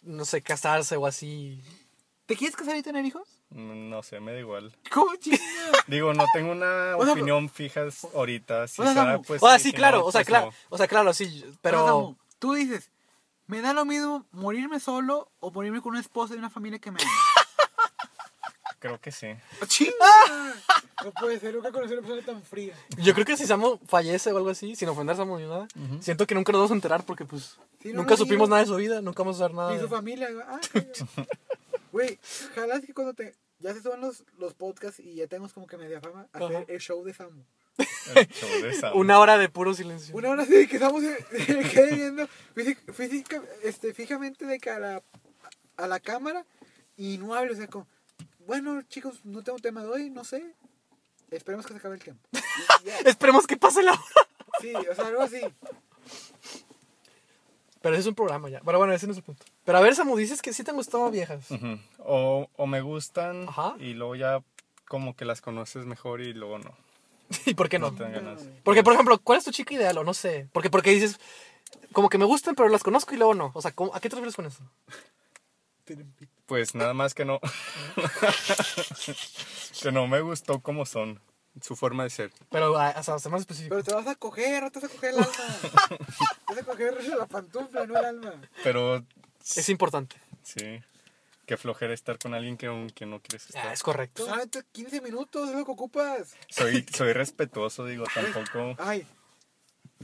No sé, casarse o así.
¿Te quieres casar y tener hijos?
Mm, No sé, me da igual.
¿Cómo chingada?
Digo, no tengo una
O sea,
opinión fija ahorita. Si
o sea,
será,
Samu,
pues
o sea,
sí,
sí,
si no,
claro, o sea,
pues
claro,
no.
o sea, claro, sí,
Pero Ah, Samu,
pero
tú dices, me da lo mismo morirme solo o morirme con una esposa y una familia que me ama.
Creo que sí.
¡Chinga! No puede ser, nunca conocí a una persona tan fría.
yo creo que si Samu fallece o algo así, sin ofender a Samu ni nada, siento que nunca nos vamos a enterar porque pues
Sí, no,
nunca
no, sí,
supimos
no.
nada de su vida, nunca vamos a saber nada.
Y su
de-
familia, güey. Ah, güey. Güey, ojalá es que cuando te. Ya se suben los, los podcasts y ya tenemos como que media fama hacer
Ajá.
el show de Samu.
El show de Samu.
Una hora de puro silencio.
Una hora así de que Samu se, se quede viendo físic- física, este, fijamente de cara a la cámara y no hable, o sea, como, bueno chicos, no tengo tema de hoy, no sé, esperemos que se acabe el tiempo. Y ya.
Esperemos que pase la hora.
Sí, o sea, algo así.
Pero ese es un programa ya. Pero bueno, ese no es el punto. Pero a ver, Samu, dices que sí te han gustado viejas.
Ujú. o, o me gustan
Ajá.
y luego ya como que las conoces mejor y luego no.
¿Y por qué no?
No te dan ganas.
Porque, por ejemplo, ¿cuál es tu chica ideal? O no sé. Porque, porque dices, como que me gustan, pero las conozco y luego no. O sea, ¿cómo- ¿a qué te refieres con eso?
Pues nada más que no. que no me gustó como son, su forma de ser.
Pero, a- o sea, sé más específico.
Pero te vas a coger, no te vas a coger el alma. Te vas a coger la pantufla, no el alma.
Pero
Es importante.
sí, qué flojera estar con alguien que, que no quieres estar.
Ah, es correcto.
Solamente 15 minutos es lo que ocupas.
Soy, soy respetuoso, digo, tampoco.
Ay,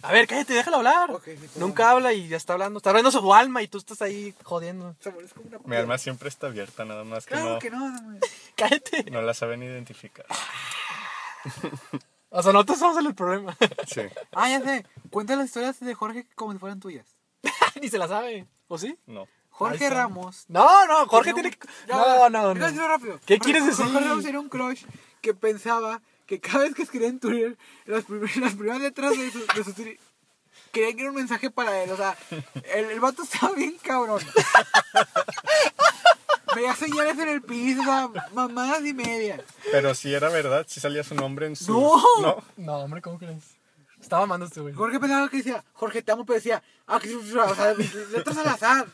A ver, cállate, déjalo hablar.
Ok, sí, perdón.
Nunca habla y ya está hablando. Está hablando su alma y tú estás ahí jodiendo.
Samuel es como una
Mi alma siempre está abierta, nada más que
Claro
no,
que no, Samuel.
Cállate.
no la saben identificar.
O sea, nosotros somos el problema.
Sí.
Ah, ya sé. Cuenta las historias de Jorge como si fueran tuyas.
Ni se la sabe. ¿O sí?
No.
Jorge Ramos
No, no, Jorge tiene que. No, no,
Quiero decirlo
no.
rápido.
¿Qué
Jorge-
quieres decir?
Jorge Ramos era un crush que pensaba que cada vez que escribía en Twitter, las, prim- las primeras letras de su, de su Twitter creían que era un mensaje para él. O sea, el, el vato estaba bien cabrón. Veía señales en el piso, o sea, mamadas y media.
Pero si era verdad, si salía su nombre en su.
¡No!
No.
No, hombre, ¿cómo crees? Estaba amando este güey.
Jorge pensaba que decía, Jorge te amo, pero decía, ah, que o sea, letras al azar.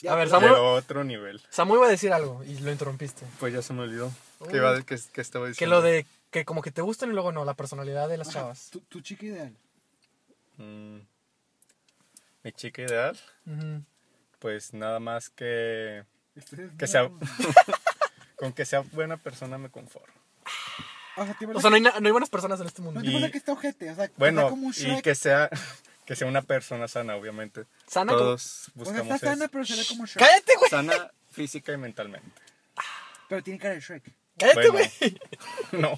Ya,
a ver,
perdón.
Samu,
Llegó a otro nivel.
Samu iba a decir algo y lo interrumpiste.
Pues ya se me olvidó.
Oh.
¿Qué, iba- qué- qué estaba
Que
diciendo?
lo de que como que te gustan y luego no, la personalidad de las
Ajá,
chavas.
Tu, tu chica ideal.
Mm. Mi chica ideal,
Ujú.
pues nada más que.
Este es-
Que sea. con que sea buena persona me conformo.
O sea, te iba a
O sea, no hay, na- no hay buenas personas en este mundo.
No te
Y-
pasa que está ojete, o sea, que está
Bueno,
como un
y
Shrek.
que sea. Que sea una persona sana, obviamente.
Sana
Todos
o sea,
buscamos
está sana,
eso.
pero se ve como Shrek.
¡Cállate, güey!
Sana física y mentalmente.
Pero tiene cara de Shrek.
¡Cállate,
Bueno.
güey!
No.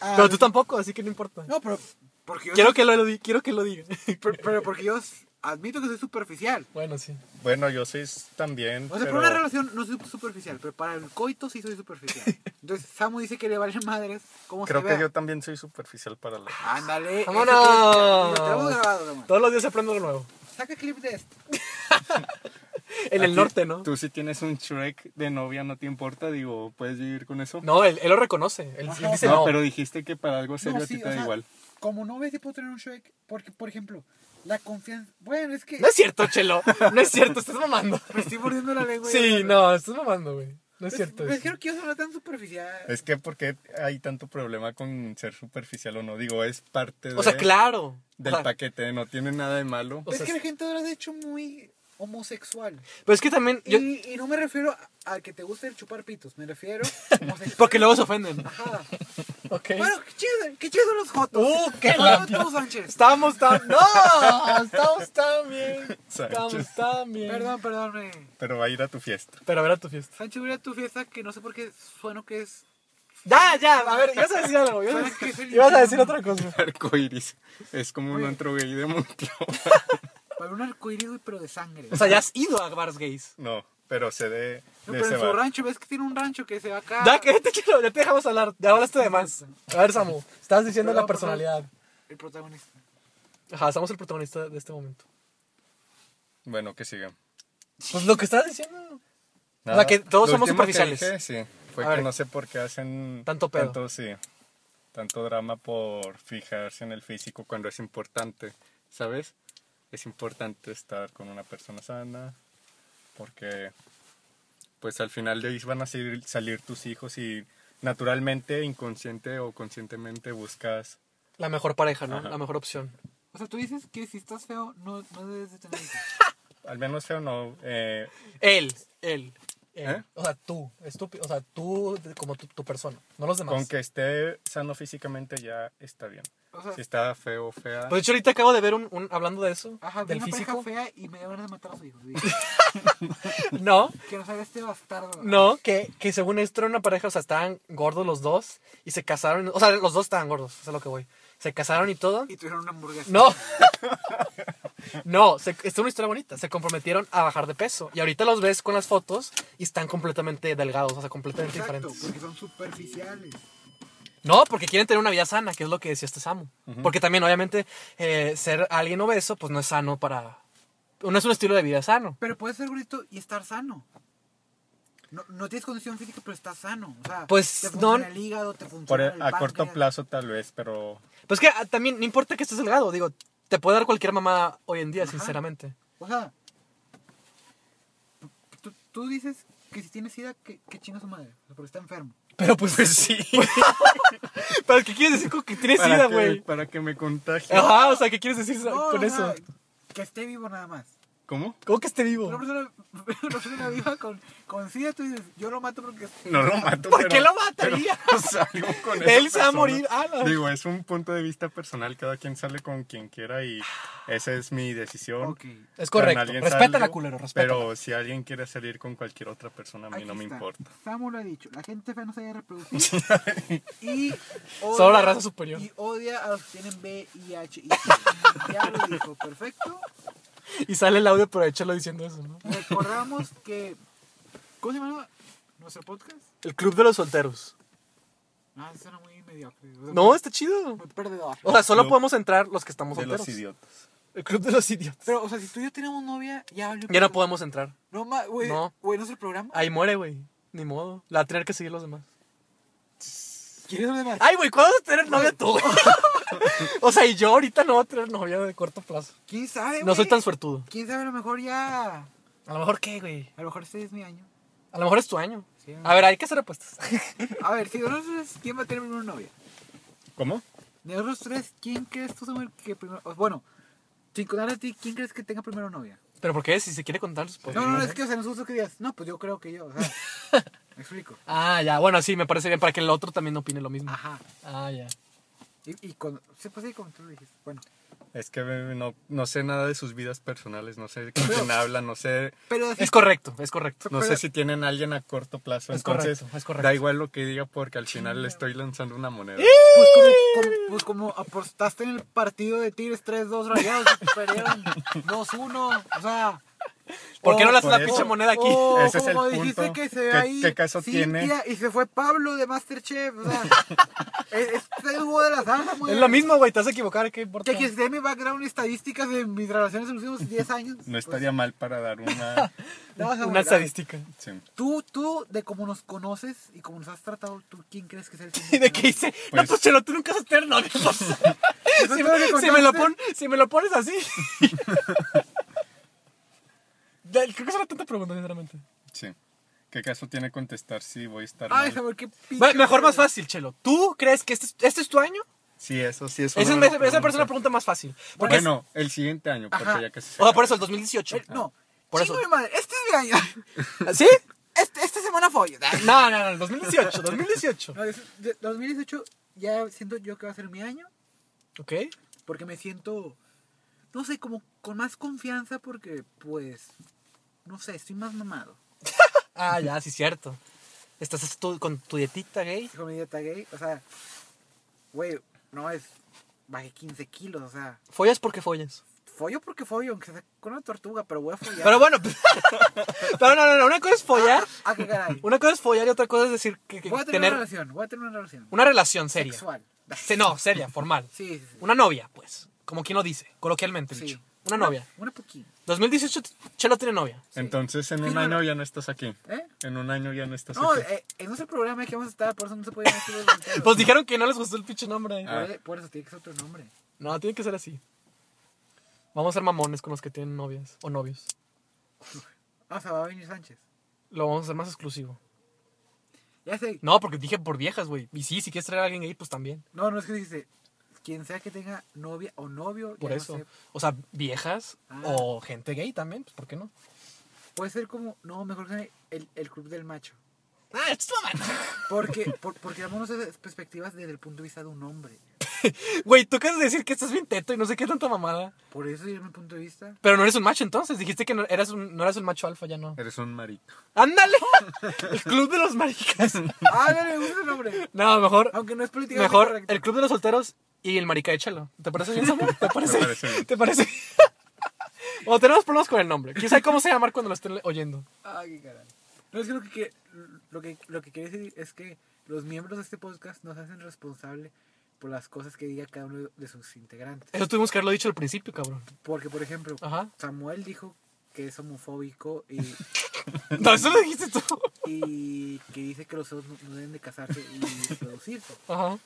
Ah,
Pero tú tampoco, así que no importa.
No, pero. Porque yo
Quiero que lo, lo di- quiero que lo diga.
pero, pero porque yo s- admito que soy superficial.
bueno, sí.
Bueno, yo soy también.
O sea,
pero-
para una relación no soy superficial, pero para el coito sí soy superficial. Entonces, Samu dice que le valen madres. ¿Cómo
Creo
se
que
vea.
yo también soy superficial para la.
Ándale. eso
¡Vámonos!
que- Lo tenemos grabado, Samuel.
Todos los días se aprende algo nuevo.
Saca clip de esto.
En
A
el
ti-
norte, ¿no?
Tú si tienes un Shrek de novia, ¿no te importa? Digo, ¿puedes vivir con eso?
No, él, él lo reconoce. Él,
Ajá.
él dice
No,
no.
pero dijiste que para algo serio
No,
a ti
sí,
te
o
da
sea,
igual.
Como novia sí puedo tener un Shrek, porque, por ejemplo, la confianza. Bueno, es que.
No es cierto, Chelo. No es cierto, estás mamando.
Me estoy mordiendo la lengua.
Sí, no, estás mamando, güey. No es cierto.
Pero
eso.
Pues, quiero que yo soy tan superficial.
Es que porque hay tanto problema con ser superficial o no. Digo, es parte de-
O sea, claro.
Eh, del
O sea,
paquete, no tiene nada de malo.
O
es
sea,
que la
es-
gente ahora es de hecho muy homosexual.
Pero es que también. yo-
Y, y no me refiero a- al que te gusta el chupar pitos, me refiero homosexual.
Porque luego se ofenden.
Ajá.
Ok.
Bueno, qué chido, qué chido son los jotos.
Uh, qué
Hola,
la-
tú, Sánchez.
Estamos tan. ¡No! Estamos tan bien.
Sánchez.
Estamos tan bien.
Perdón, perdónme.
Pero va a ir a tu fiesta.
Pero a ver a tu fiesta.
Sánchez, voy a ir a tu fiesta que no sé por qué sueno que es.
Ya, ya. A ver, ibas a decir algo. Ibas
¿Sabes
a,
qué es el
ibas a
infierno?
decir otra cosa.
Arcoiris. Es como un antro gay de Monclova.
Para un arcoíris, güey, pero de sangre.
O sea, ya has ido a bars gays.
No, pero se de,
No,
de
pero
ese
en su
bar.
rancho, ves que tiene un rancho que se va acá.
Ya, que te quiero, ya te dejamos hablar. Ya hablaste de más. A ver, Samu. Estabas diciendo
Perdón,
la personalidad.
El protagonista.
Ajá, somos el protagonista de este momento.
Bueno, que siga.
Pues lo que estabas diciendo.
Nada.
que todos
Lo
somos
último que
superficiales.
dije, sí, fue
A
que
ver.
no sé por qué hacen
Tanto pedo.
Tanto, sí, tanto drama por fijarse en el físico cuando es importante, ¿sabes? Es importante estar con una persona sana porque pues al final de ahí van a salir, salir tus hijos y naturalmente, inconsciente o conscientemente buscas...
La mejor pareja, ¿no?
Ajá.
La mejor opción.
O sea, tú dices que si estás feo, no, no debes de tener hijos.
Al menos feo no, eh,
Él, él. él.
¿Eh?
O sea, tú, estúpido. O sea, tú de- como tu, tu persona, no los demás.
con que esté sano físicamente ya está bien.
O sea,
Si está feo o fea...
Pues de hecho, ahorita acabo de ver un, un- hablando de eso,
Ajá,
del
vi una
físico.
pareja fea y me dio ganas de matar a su hijo. Dije,
No,
que no salga este bastardo.
no, que, que según esto era una pareja, o sea, estaban gordos los dos y se casaron. O sea, los dos estaban gordos, eso es a lo que voy. Se casaron y todo.
Y tuvieron una hamburguesa.
No. No, se- esta es una historia bonita. Se comprometieron a bajar de peso. Y ahorita los ves con las fotos y están completamente delgados, o sea, completamente
Exacto, pues.
diferentes.
porque son superficiales.
No, porque quieren tener una vida sana, que es lo que decía este Samu. Porque también, obviamente, eh, ser alguien obeso, pues no es sano para. No es un estilo de vida sano.
Pero puedes ser gordito y estar sano. No, no tienes condición física, pero estás sano. O sea,
Pues,
te
no-
funciona el hígado, te funciona
Por- e,
el
a corto
páncreas.
plazo tal vez, pero
Pues que ah, también, no importa que estés delgado, digo, te puede dar cualquier mamada hoy en día,
Ajá.
sinceramente.
O sea, tú, tú dices que si tienes sida, que, que chinga su madre, o sea, porque está enfermo.
Pero pues. sí. ¿Pero qué quieres decir con que tienes
para
sida,
que-
güey? Ah.
Para que me contagie.
Ajá, o sea, ¿qué quieres decir
No,
con
o
eso?
sea, Que esté vivo nada más.
¿Cómo?
¿Cómo que esté vivo?
pues,
Una persona, una persona viva con, con sida, tú dices, yo lo mato porque...
No lo mato.
¿Por
pero-
qué lo mataría?
pero salgo con esa
Él se va a
persona.
morir, Ah, ala.
Digo, es un punto de vista personal. Cada quien sale con quien quiera y esa es mi decisión.
Ok.
Es
Con
correcto.
alguien
Respétala,
salgo,
culero, respétala.
Pero si alguien quiere salir con cualquier otra persona, a mí
Aquí
no me
está.
importa.
Samu lo ha dicho, la gente fea no se debe reproducir. y odia-
Solo la raza superior.
Y odia a los que tienen VIH. Y ya lo dijo, perfecto.
Y sale el audio, pero échalo diciendo eso, ¿no?
Recordamos que... ¿Cómo se llama nuestro podcast?
El club de los solteros.
Ah, suena muy mediocre. o sea,
No, está chido.
Muy perdedor.
O sea, solo
Club
podemos entrar los que estamos
De
solteros.
los idiotas.
El club de los idiotas.
Pero, o sea, si tú y yo tenemos novia, ya valió
Ya no
pito.
podemos entrar.
No, ma- güey,
No.
güey, ¿no es el programa?
Ahí muere, güey. Ni modo. La va a tener que seguir los demás.
¿Quieres hablar más?
Ay, güey, ¿cuándo vas a tener novia tú? güey? o sea, y yo ahorita no voy a tener novia de corto plazo.
¿Quién sabe,
No soy
güey?
tan suertudo.
¿Quién sabe? A lo mejor ya...
A lo mejor qué, güey.
A lo mejor este es mi año.
A lo mejor es tu año.
Sí.
A ver, hay que hacer apuestas.
A ver, si nosotros tres, ¿quién va a tener primero novia?
¿Cómo?
De nosotros tres, ¿quién crees tú Samuel, que primero... o, Bueno, sin contar a ti, ¿quién crees que tenga primero novia?
Pero ¿por qué? Si se quiere contar pues, sus
No, no, no, es que, o sea, nosotros que digas, no, pues yo creo que yo, o sea, me explico.
Ah, ya. Bueno, sí, me parece bien para que el otro también opine lo mismo.
Ajá.
Ah, ya.
Y, y con, sí, pues sí, como tú lo dijiste, bueno.
Es que eh, no, no sé nada de sus vidas personales, no sé con quién hablan, no sé,
Pero así,
Es correcto, es correcto.
no
Pero-
sé si tienen a alguien a corto plazo.
Es
Entonces,
correcto, es correcto. ¿Eh?
da igual lo que diga porque al final le estoy lanzando una moneda.
pues como, como- pues como apostaste en el partido de Tigres 3-2 rayados, que perdieron 2-1, o sea...
¿Por qué no le haces
Por
la
eso-
pinche moneda aquí?
O
Ese es el
como
punto.
dijiste que se ve
¿Qué-
ahí.
qué caso
Cintia, Y se fue Pablo de Masterchef. O sea, es, es el jugo de la salsa, güey.
Es lo mismo, güey. Te vas a equivocar, ¿qué importa?
Que quise mi background y estadísticas de mis relaciones en los últimos 10 años.
No estaría mal para dar una...
Pues, no, o sea,
Una
güey,
estadística.
sí.
Tú, tú, de cómo nos conoces y cómo nos has tratado, ¿tú quién crees que es el
¿Y de qué hice? No,
Pues-
pues chelo, tú nunca vas a tener novia. pues.
es
si,
lo que
me, si me lo
contaste.
pon- si me lo pones así. Ya, Creo que es una tanta pregunta, sinceramente.
Sí. ¿Qué caso tiene contestar si voy a estar
Ay,
mal?
Samuel, qué pinche.
Bueno, mejor más fácil, Chelo. ¿Tú crees que este, es- este es tu año?
Sí, eso sí es
Esa, es,
buena
esa- esa parece
pregunta.
una pregunta más fácil. Porque es-
Bueno, Eh, el siguiente año, porque
Ajá.
ya casi se
o sea, por
acaba.
eso, el 2018.
El- Eh, No.
Ah, Por
Por
eso.
mi madre. Este es mi año.
Ah, ¿Sí?
Este- esta semana follo.
No, no, no, el 2018, 2018.
No, es- de- 2018 ya siento yo que va a ser mi año.
Ok.
porque me siento, no sé, como con más confianza porque, pues, no sé, estoy más mamado.
Ah, ya, sí, cierto. Estás tú- con tu dietita gay.
Dijo mi dieta gay, o sea, güey, no es, bajé 15 kilos, o sea,
Follas porque follas.
follo porque follo, aunque sea con una tortuga, pero voy a follar.
Pero bueno, pero no, no, no, una cosa es follar,
Ah, qué caray.
una cosa es follar y otra cosa es decir que, que
Voy a tener,
tener
una relación, voy a tener una relación.
una relación seria.
Sexual.
Se- no, seria, formal.
Sí, sí, sí.
Una novia, pues, como quien lo dice, coloquialmente
Sí.
dicho. Una novia.
Una poquita.
2018 Chelo tiene novia.
Entonces, en un
Sí, no,
año
no.
ya no estás aquí.
¿Eh?
En un año ya no estás
No,
aquí.
eh, en nuestro programa que vamos a estar, por eso no se puede decir los solteros.
Pues dijeron que no les gustó el pinche nombre. eh.
Por- Por eso tiene que ser otro nombre.
No, tiene que ser así. Vamos a ser mamones con los que tienen novias o novios.
Ah, o sea, va a venir Sánchez.
Lo vamos a hacer más exclusivo.
Ya sé,
No, porque dije por viejas, güey. Y sí, si quieres traer a alguien ahí, pues también.
No, no es que dijiste, quien sea que tenga novia o novio,
Por
ya no
eso.
sé,
O sea, viejas
Ah.
o gente gay también, pues ¿por qué no?
puede ser como, no, mejor que el, el club del macho.
Ah, esto está mal.
Porque, por- porque damos esas perspectivas desde el punto de vista de un hombre.
Güey, tú acabas de decir que estás bien teto y no sé qué tanta mamada.
Por eso yo mi punto de vista.
Pero no eres un macho entonces. Dijiste que no eras un, no eras un macho alfa, ya no.
Eres un marico.
¡Ándale! El club de los maricas.
Ah, no me gusta el nombre.
No, mejor,
Ah,
Aunque no es político.
mejor el club de los solteros y el marica de chelo. ¿Te parece bien, Samuel? ¿Te parece?
Me parece bien.
¿Te parece? o tenemos problemas con el nombre. Quizá cómo se llamar cuando lo estén oyendo.
Ah, qué caray. No, es que lo que, quie- lo que lo que quería decir es que los miembros de este podcast nos hacen responsable por las cosas que diga cada uno de sus integrantes.
Eso tuvimos que haberlo dicho al principio, cabrón.
Porque, por ejemplo,
Ajá.
Samuel dijo que es homofóbico y
No, eso lo dijiste tú.
y que dice que los dos no, no deben de casarse y reproducirse.
Ajá.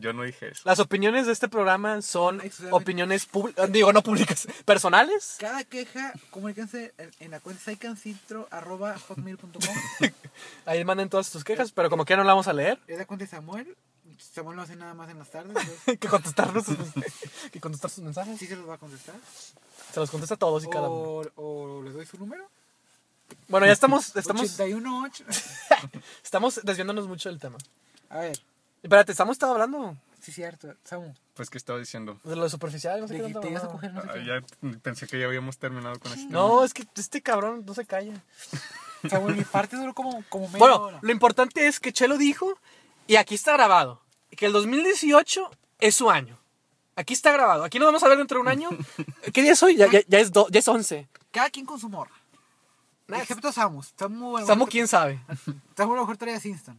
Yo no dije eso.
Las opiniones de este programa son
Excelente.
opiniones públicas, digo, no públicas, personales.
Cada queja, comuníquense en, en la cuenta saicancintro.hotmail.com.
Ahí manden todas tus quejas, pero como que no la vamos a leer.
Es la cuenta de Samuel. Samuel no hace nada más en las tardes. entonces,
que contestar sus, que contestar sus mensajes.
Sí se los va a contestar.
Se los contesta a todos y cada uno.
O, o les doy su número.
Bueno, ya estamos, estamos,
818.
estamos desviándonos mucho del tema.
A ver,
Espérate, estamos estado hablando
sí es cierto. Samu,
Pues, ¿qué estaba diciendo?
de lo superficial, no sé
de
qué
que
tanta
te ibas a
mamada.
coger no sé
Ah,
qué.
ya pensé que ya habíamos terminado con esto.
No, es que este cabrón no se calla.
Samuel, mi parte duró como, como media
Bueno,
hora.
lo importante es que Chelo dijo, y aquí está grabado, que el 2018 es su año. Aquí está grabado. Aquí nos vamos a ver dentro de un año. ¿Qué día es hoy? Ya, ya- ya es, do- ya es 11.
Cada quien con su morra.
Nah,
Excepto Samu. Samu, a lo
Samu,
mejor-
quién sabe.
Samu a lo mejor trae Instant.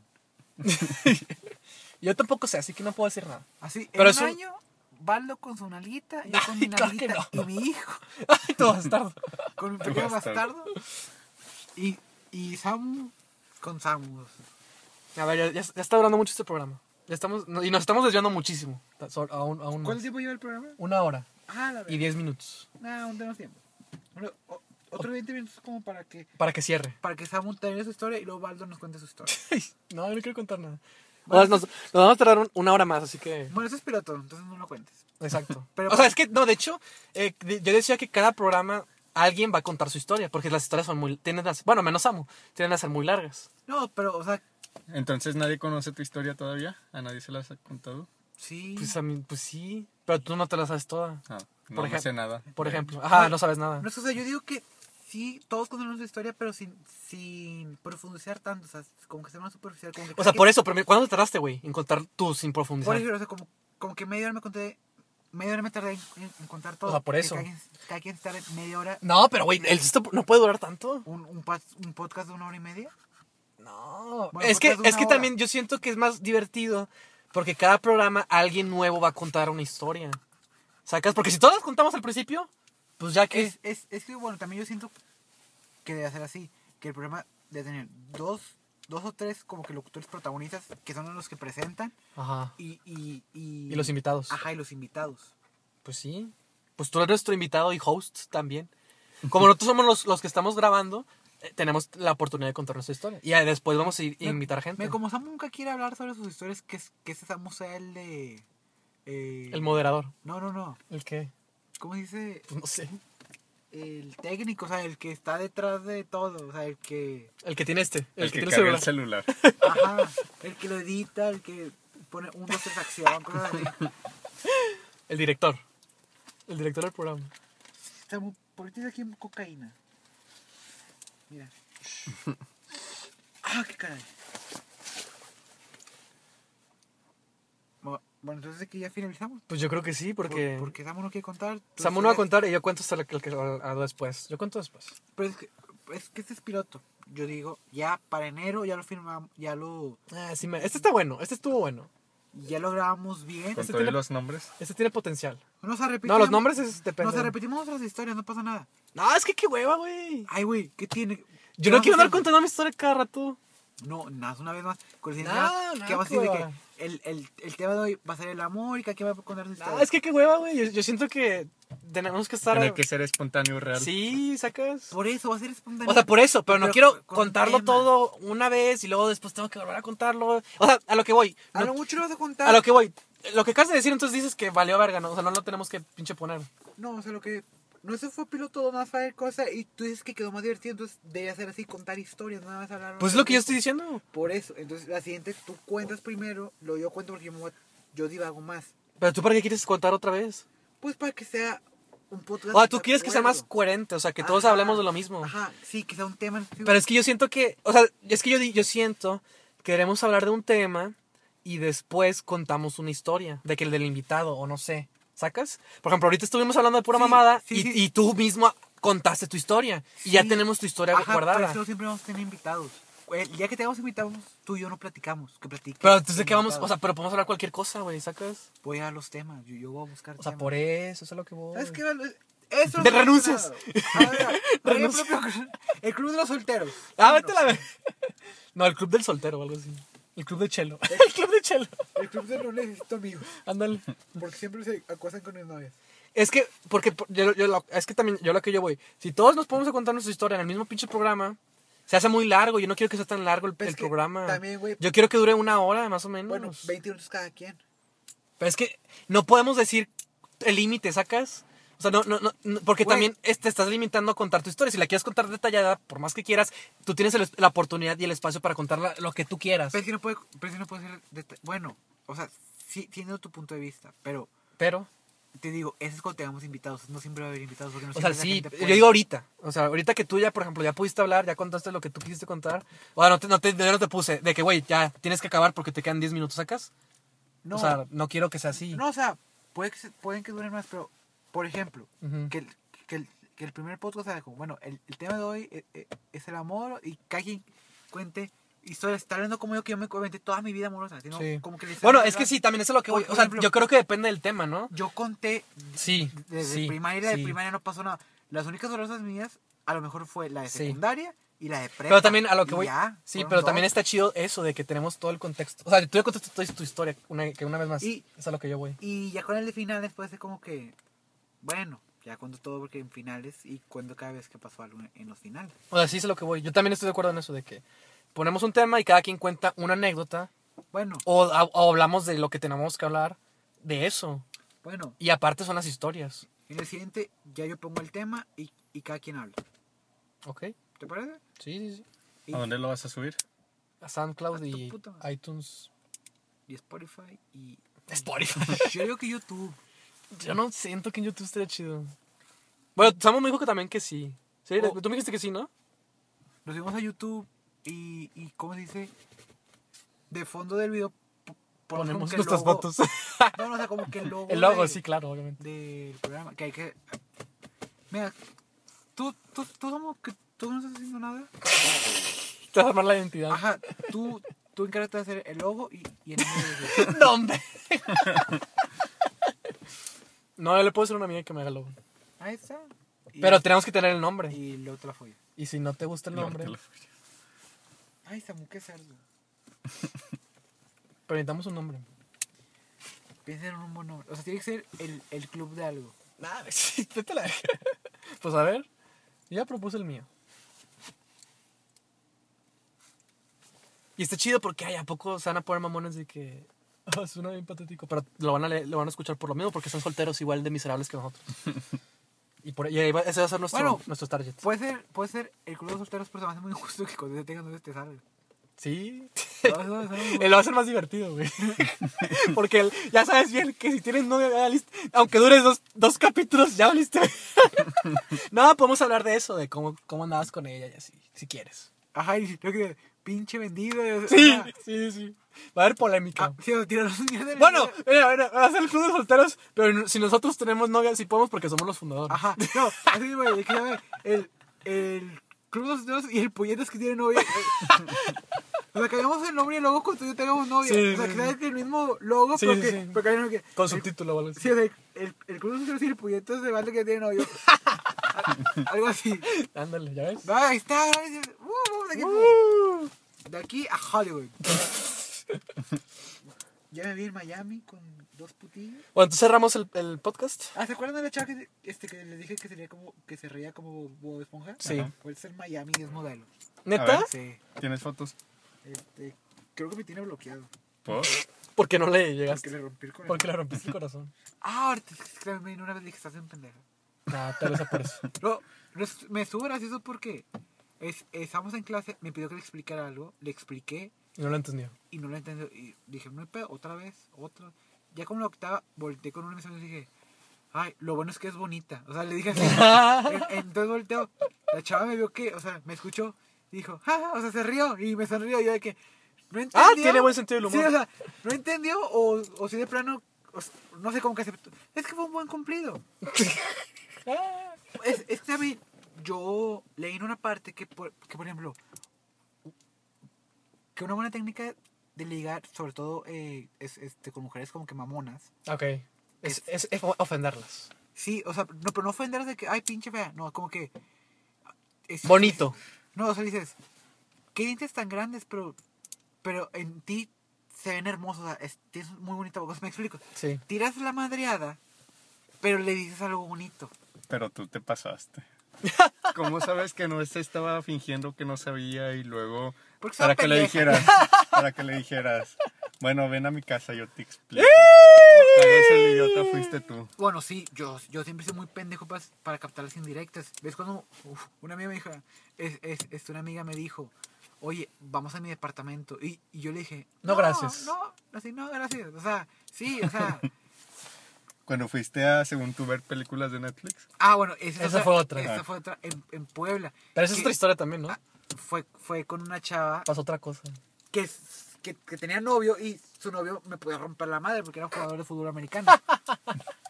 Yo tampoco sé, así que no puedo decir nada.
Así, en
Pero
un
es un-
año, Baldo con su nalguita, yo con
Ay,
mi
claro que
nalguita
no.
y mi hijo,
Ay, todo bastardo.
con mi pequeño
bastardo.
bastardo. Y, y Samu con Samu.
A ver, ya, ya- ya está durando mucho este programa. Ya estamos, no- y nos estamos desviando muchísimo. Ta- so- Aún, aún más.
tiempo lleva el programa?
Una hora
Ah, la
y
verdad.
diez minutos.
No, no tenemos tiempo. Bueno, o- Otros 20 minutos como para que
Para que cierre.
para que Samu termine su historia y luego Baldo nos cuente su historia.
No, yo no quiero contar nada. nos, nos vamos a tardar un- una hora más, así que.
Bueno, eso es piloto, entonces no lo cuentes.
Exacto. pues
Pero-
o sea, es que, no, de hecho, eh, de- yo decía que cada programa alguien va a contar su historia, porque las historias son muy. Tienen las, bueno, menos Samu, tienen las ser muy largas.
No, pero, o sea,
Entonces nadie conoce tu historia todavía. A nadie se las ha contado.
sí.
Pues, a mí- pues sí, pero tú no te la sabes toda.
Ah, no
Por
me
ejemplo-
sé nada.
Por ejemplo. Ajá, Ah, no sabes nada.
No, es que, o sea, yo digo que sí, todos conocemos su historia, pero sin, sin profundizar tanto. O sea, como que se van superficial. Como que
O sea, por eso, pero me- ¿cuándo te tardaste, güey, en contar tú sin
Por
profundizar?
ejemplo, o sea, como, como que media hora me conté. Media hora me tardé en, en- en contar todo.
O sea, por
Que
eso.
Cada quien, cada quien se tarde media hora.
No, pero, güey, el- esto no puede durar tanto.
Un, un, pas- un podcast de una hora y media.
No.
Bueno,
es que,
podcast de
es
una
que
hora.
también yo siento que es más divertido porque cada programa alguien nuevo va a contar una historia. ¿Sacas? Porque si todas las contamos al principio, pues ya que...
Es, es, es que, bueno, también yo siento que debe ser así. Que el programa debe tener dos, dos o tres como que locutores protagonistas que son los que presentan
Ajá.
y... Y,
Y los invitados.
Ajá, y los invitados.
Pues sí. Pues tú eres nuestro invitado y host también. Como nosotros somos los, los que estamos grabando, eh, tenemos la oportunidad de contar nuestra historia. Y eh, después vamos a ir,
Me-
invitar gente.
Me, como Sam nunca quiere hablar sobre sus historias, que, es- que ese Samu sea el de... eh,
El moderador.
no, no, no.
¿El qué?
¿Cómo se dice?
Pues no sé.
El técnico, o sea, el que está detrás de todo. O sea, el que...
El que tiene este. El,
El,
que,
que,
tiene
carga
celular.
el celular.
Ajá, el que lo edita, el que pone un, dos, tres, acción, cosas así.
El director. El director del programa.
Samu, ¿por qué tienes aquí cocaína? Mira. ah, qué caray. Bueno, entonces aquí ya finalizamos.
Pues yo creo que sí, porque...
Por- porque Samu no quiere contar. tú
Samu no va a
estudias-
contar y yo cuento hasta la que, la que hago después. Yo cuento después.
Pero es que, es que este es piloto. Yo digo, ya para enero ya lo firmamos, ya lo,
Ah, sí, me- Este está bueno, este estuvo bueno.
ya lo grabamos bien.
Con
Ese
todos
tele-
los nombres.
Este tiene potencial.
No se repetimos.
No, los nombres es,
No
depende.
se repetimos otras historias, no pasa nada.
No, es que qué hueva, güey.
Ay, güey, ¿qué tiene?
Yo no
¿Qué
quiero
vamos a
andar
hacer?
contando mi historia cada rato.
No, nada, una vez más. Con el
No,
nada,
no,
que vamos a decir de
cueva.
que el, el, el tema de hoy va a ser el amor y que aquí va a contar su historia.
No, es que qué hueva, güey. Yo, yo siento que tenemos que estar.
Tiene que ser espontáneo y real.
Sí, sacas.
Por eso va a ser espontáneo.
O sea, por eso, pero no
Pero
quiero
con
contarlo
tema.
todo una vez y luego después tengo que volver a contarlo. O sea, a lo que voy.
A
no-
lo mucho lo vas a contar.
a lo que voy. Lo que acabas de decir, entonces dices que valió verga, ¿no? O sea, no lo tenemos que pinche poner.
No, o sea, lo que. No, eso fue piloto más fácil cosa y tú dices que quedó más divertido, entonces debe ser así, contar historias, nada más hablar.
Pues es lo que yo estoy diciendo.
Por eso, entonces la siguiente tú cuentas primero, lo yo cuento porque yo, me voy a- yo divago más.
Pero tú, ¿para qué quieres contar otra vez?
Pues para que sea un podcast.
O sea,
de
tú quieres que sea
acuerdo.
más coherente, o sea, que todos
Ajá.
hablemos de lo mismo.
Ah, Ajá, sí, que sea un tema. en específico.
Pero es que yo siento que, o sea, es que yo, di- yo siento que queremos hablar de un tema y después contamos una historia, de que el del invitado, o no sé, ¿sacas? Por ejemplo, ahorita estuvimos hablando de pura
Sí,
mamada
sí,
y,
sí.
y tú mismo contaste tu historia y ya
Sí.
tenemos tu historia
Ajá, Por
guardada.
eso siempre vamos a tener invitados. El día que tengamos invitados, tú y yo no platicamos, que platiquen.
Pero entonces, ¿qué
los
vamos? O sea,
invitados.
pero podemos hablar cualquier cosa, güey, ¿sacas?
voy a los temas, yo, yo voy a buscar
O sea,
temas.
por eso, eso es lo que voy.
¿Sabes qué? Valo? Eso
De renuncias. Renuncias.
Renuncias. El club de los solteros.
Ah, vete a la ver. No, el club del soltero o algo así. El club de chelo.
¿Eh?
El club de chelo.
El club de no necesito amigos,
Ándale.
porque siempre se acosan con mis novias.
Es que, porque por- yo, yo lo- es que también, yo lo que yo voy, si todos nos ponemos a contar nuestra historia en el mismo pinche programa, se hace muy largo, yo no quiero que sea tan largo el,
Pero
el
es que
programa.
también, güey-
yo quiero que dure una hora, más o menos.
Bueno, 20 minutos cada quien.
Pero es que no podemos decir el límite, ¿sacas? O sea, no, no, no, no, porque
Güey.
también es- te estás limitando a contar tu historia. Si la quieres contar detallada, por más que quieras, tú tienes el es- la oportunidad y el espacio para contarla lo que tú quieras.
Pero si no puede, pero si no puede ser... deta- Bueno, o sea, sí, siendo tu punto de vista, pero
Pero,
te digo, eso es cuando tengamos invitados, no siempre va a haber invitados. Porque no
o sea,
siempre la
sí,
gente
yo
puede.
digo ahorita. O sea, ahorita que tú ya, por ejemplo, ya pudiste hablar, ya contaste lo que tú quisiste contar. O sea, no te, no te, yo no te puse de que, güey, ya tienes que acabar porque te quedan 10 minutos, ¿sacas?
no,
O sea, no quiero que sea así.
no, o sea, puede que, se- pueden que duren más, pero, por ejemplo,
Ujú.
que, el, que, el, que el primer podcast sea como, bueno, el, el tema de hoy eh, eh, es el amor y que alguien cuente historias, tal vez no como yo que yo me cuente toda mi vida amorosa, sino
Sí.
como que les-
Bueno, es que sí, también eso es lo que voy.
Por
O sea,
ejemplo-
yo creo que depende del tema, ¿no?
Yo conté
Sí,
desde
sí,
primaria,
sí.
de primaria no pasó nada. Las únicas dolorosas mías, a lo mejor fue la de
Sí.
secundaria y la de prepa.
Pero también a lo que
Y
voy.
ya,
sí,
fueron
pero también
dos.
está chido eso de que tenemos todo el contexto. O sea, tú ya contaste toda tu historia, una, que una vez más.
Y-
es a lo que yo voy.
pues, Y ya con el de final después es como que, bueno, ya Ya cuento todo porque en finales y cuento cada vez que pasó algo en- en los finales.
O sea, sí es a lo que voy. Yo también estoy de acuerdo en eso de que ponemos un tema y cada quien cuenta una anécdota
Bueno,
o, ha- o hablamos de lo que tenemos que hablar de eso.
bueno,
Y aparte son las historias,
en el siguiente ya yo pongo el tema y, y cada quien habla.
¿ok?
¿Te parece?
Sí, sí, sí.
Y,
¿A dónde lo vas a subir?
A SoundCloud
A tu
y
puta madre.
iTunes.
y Spotify y...
Spotify.
Yo digo que YouTube.
Yo no siento que en YouTube estaría chido. Bueno, Samu me dijo que también que sí. Sí,
Oh.
tú me dijiste que sí, ¿no?
Nos vimos a YouTube y, y ¿cómo se dice? De fondo del video po- como
Ponemos
que el
nuestras
logo-
fotos.
No, no, o sea, como que el logo.
El logo,
de-
sí, claro, obviamente.
Del programa, que hay que... Mira, tú, tú, tú, Samu, que tú no estás haciendo nada.
Ah. Te vas a armar la identidad.
Ajá, tú, tú encárgate de hacer el logo y, y el nombre del video.
No, hombre. No, yo le puedo decir a una amiga que me haga el logo.
Ahí está. Y-
Pero tenemos que tener el nombre.
Y luego te la follas.
Y si no te gusta el
No,
nombre,
te lo-
Ay, Samu, qué cerdo.
pero necesitamos un nombre.
Piensa en un buen nombre. O sea, tiene que ser el, el club de algo.
Nada, vete a la verga. Pues a ver, yo ya propuse el mío. Y está chido porque ay, a poco se van a poner mamones de que "Ah, suena bien patético, pero lo van a leer- lo van a escuchar por lo mismo porque son solteros igual de miserables que nosotros. y por y ahí va- ese va a ser nuestro
Bueno,
nuestro target.
Puede ser, puede ser el club de solteros, pero se me hace muy injusto que cuando te tengas novios te salga.
Sí.
No, eso- eso no me
Él lo va a hacer más divertido, güey. Porque el- ya sabes bien que si tienes novia, ya valiste- aunque dures dos, dos capítulos, ya valiste. no, podemos hablar de eso, de cómo, cómo andabas con ella y así, si quieres.
Ajá, y creo que pinche vendido. y-
Sí,
ah,
sí, sí. Va a haber polémica.
ah, sí, lo tiraron mierda.
bueno, mira, mira, va a ser el club de solteros, pero no- si nosotros tenemos novia, sí podemos porque somos los fundadores.
Ajá, no, así, güey, que ya ve, el, el club de solteros y el puñetas que tiene novia. eh. O sea, cambiamos el nombre y el logo cuando yo tengamos novia.
Sí,
o sea,
sí,
que
sí.
sea el mismo logo,
Sí,
pero
sí,
que,
sí.
pero que hay uno que-
Con
el-
subtítulo, o algo así.
Sí, o sea, el, el Cruz Azul y el Puñetas de banda que ya tiene novio. Al- Algo así.
Ándale, ya ves.
No, ahí está. gracias. Uh, vamos de, aquí,
Uh.
de aquí a Hollywood. ya me vi en Miami con dos putillos.
Bueno, entonces cerramos el, el podcast.
Ah, ¿se acuerdan de la chava que, este, que les dije que, sería como, que se reía como Bob Esponja?
Sí.
Ajá. Puede ser Miami y es modelo.
A
¿Neta?
ver.
Sí.
¿Tienes fotos?
Este, creo que me tiene bloqueado.
¿Por?
Porque no le
Porque
llegaste.
le rompí el corazón.
Porque le rompiste el corazón.
Ah, ahorita es que también una vez dije que estás en pendeja.
Nah, Ah, tal vez sea por eso.
No, no es- me estuvo gracioso porque es, estábamos en clase, me pidió que le explicara algo, le expliqué
No lo entendió.
y no lo entendió. Y dije, no hay pedo, otra vez, otra. Ya como la octava, volteé con uno de mis amigos y dije, ay, lo bueno es que es bonita. O sea, le dije así. En- Entonces volteo, la chava me vio que, o sea, me escuchó y dijo, jaja, o sea, se rió y me sonrió. Yo de que, no entendió.
Ah, tiene buen sentido del humor.
Sí, o sea, no entendió o, o si de plano, o s- no sé cómo que aceptó. Es que fue un buen cumplido. Es, es que también yo leí en una parte que por, que, por ejemplo, que una buena técnica de ligar, sobre todo eh, es, este, con mujeres como que mamonas.
Ok. Es, es, es ofenderlas.
Sí, o sea, no, pero no ofenderse de que, ay, pinche fea. No, como que... es-
Bonito.
No, o sea, dices, qué dientes tan grandes, pero, pero en ti se ven hermosos. O sea, es- tienes muy bonita boca. O sea, Me explico.
Sí.
Tiras la madreada, pero le dices algo bonito.
Pero tú te pasaste. ¿Cómo sabes que no se estaba fingiendo que no sabía y luego
Porque soy
para que le
pendeja.
dijeras, para que le dijeras, bueno, ven a mi casa, yo te explico. Tal vez el idiota fuiste tú.
Bueno, sí, yo, yo siempre soy muy pendejo para, para captar las indirectas. ¿Ves cuando uf, una amiga me dijo, es, es, es- una amiga me dijo, oye, vamos a mi departamento? Y, y yo le dije,
No, gracias".
No, así, no, gracias. O sea, sí, o sea,
Cuando fuiste a, según tú, ver películas de Netflix.
ah, bueno, esa,
Esa fue otra.
Esa
Ah.
fue otra en, en Puebla.
Pero esa es
Que ah,
otra historia también, ¿no?
Fue, fue con una chava
Pasó otra cosa.
que, s- que, que tenía novio y su novio me podía romper la madre porque era un jugador de fútbol americano.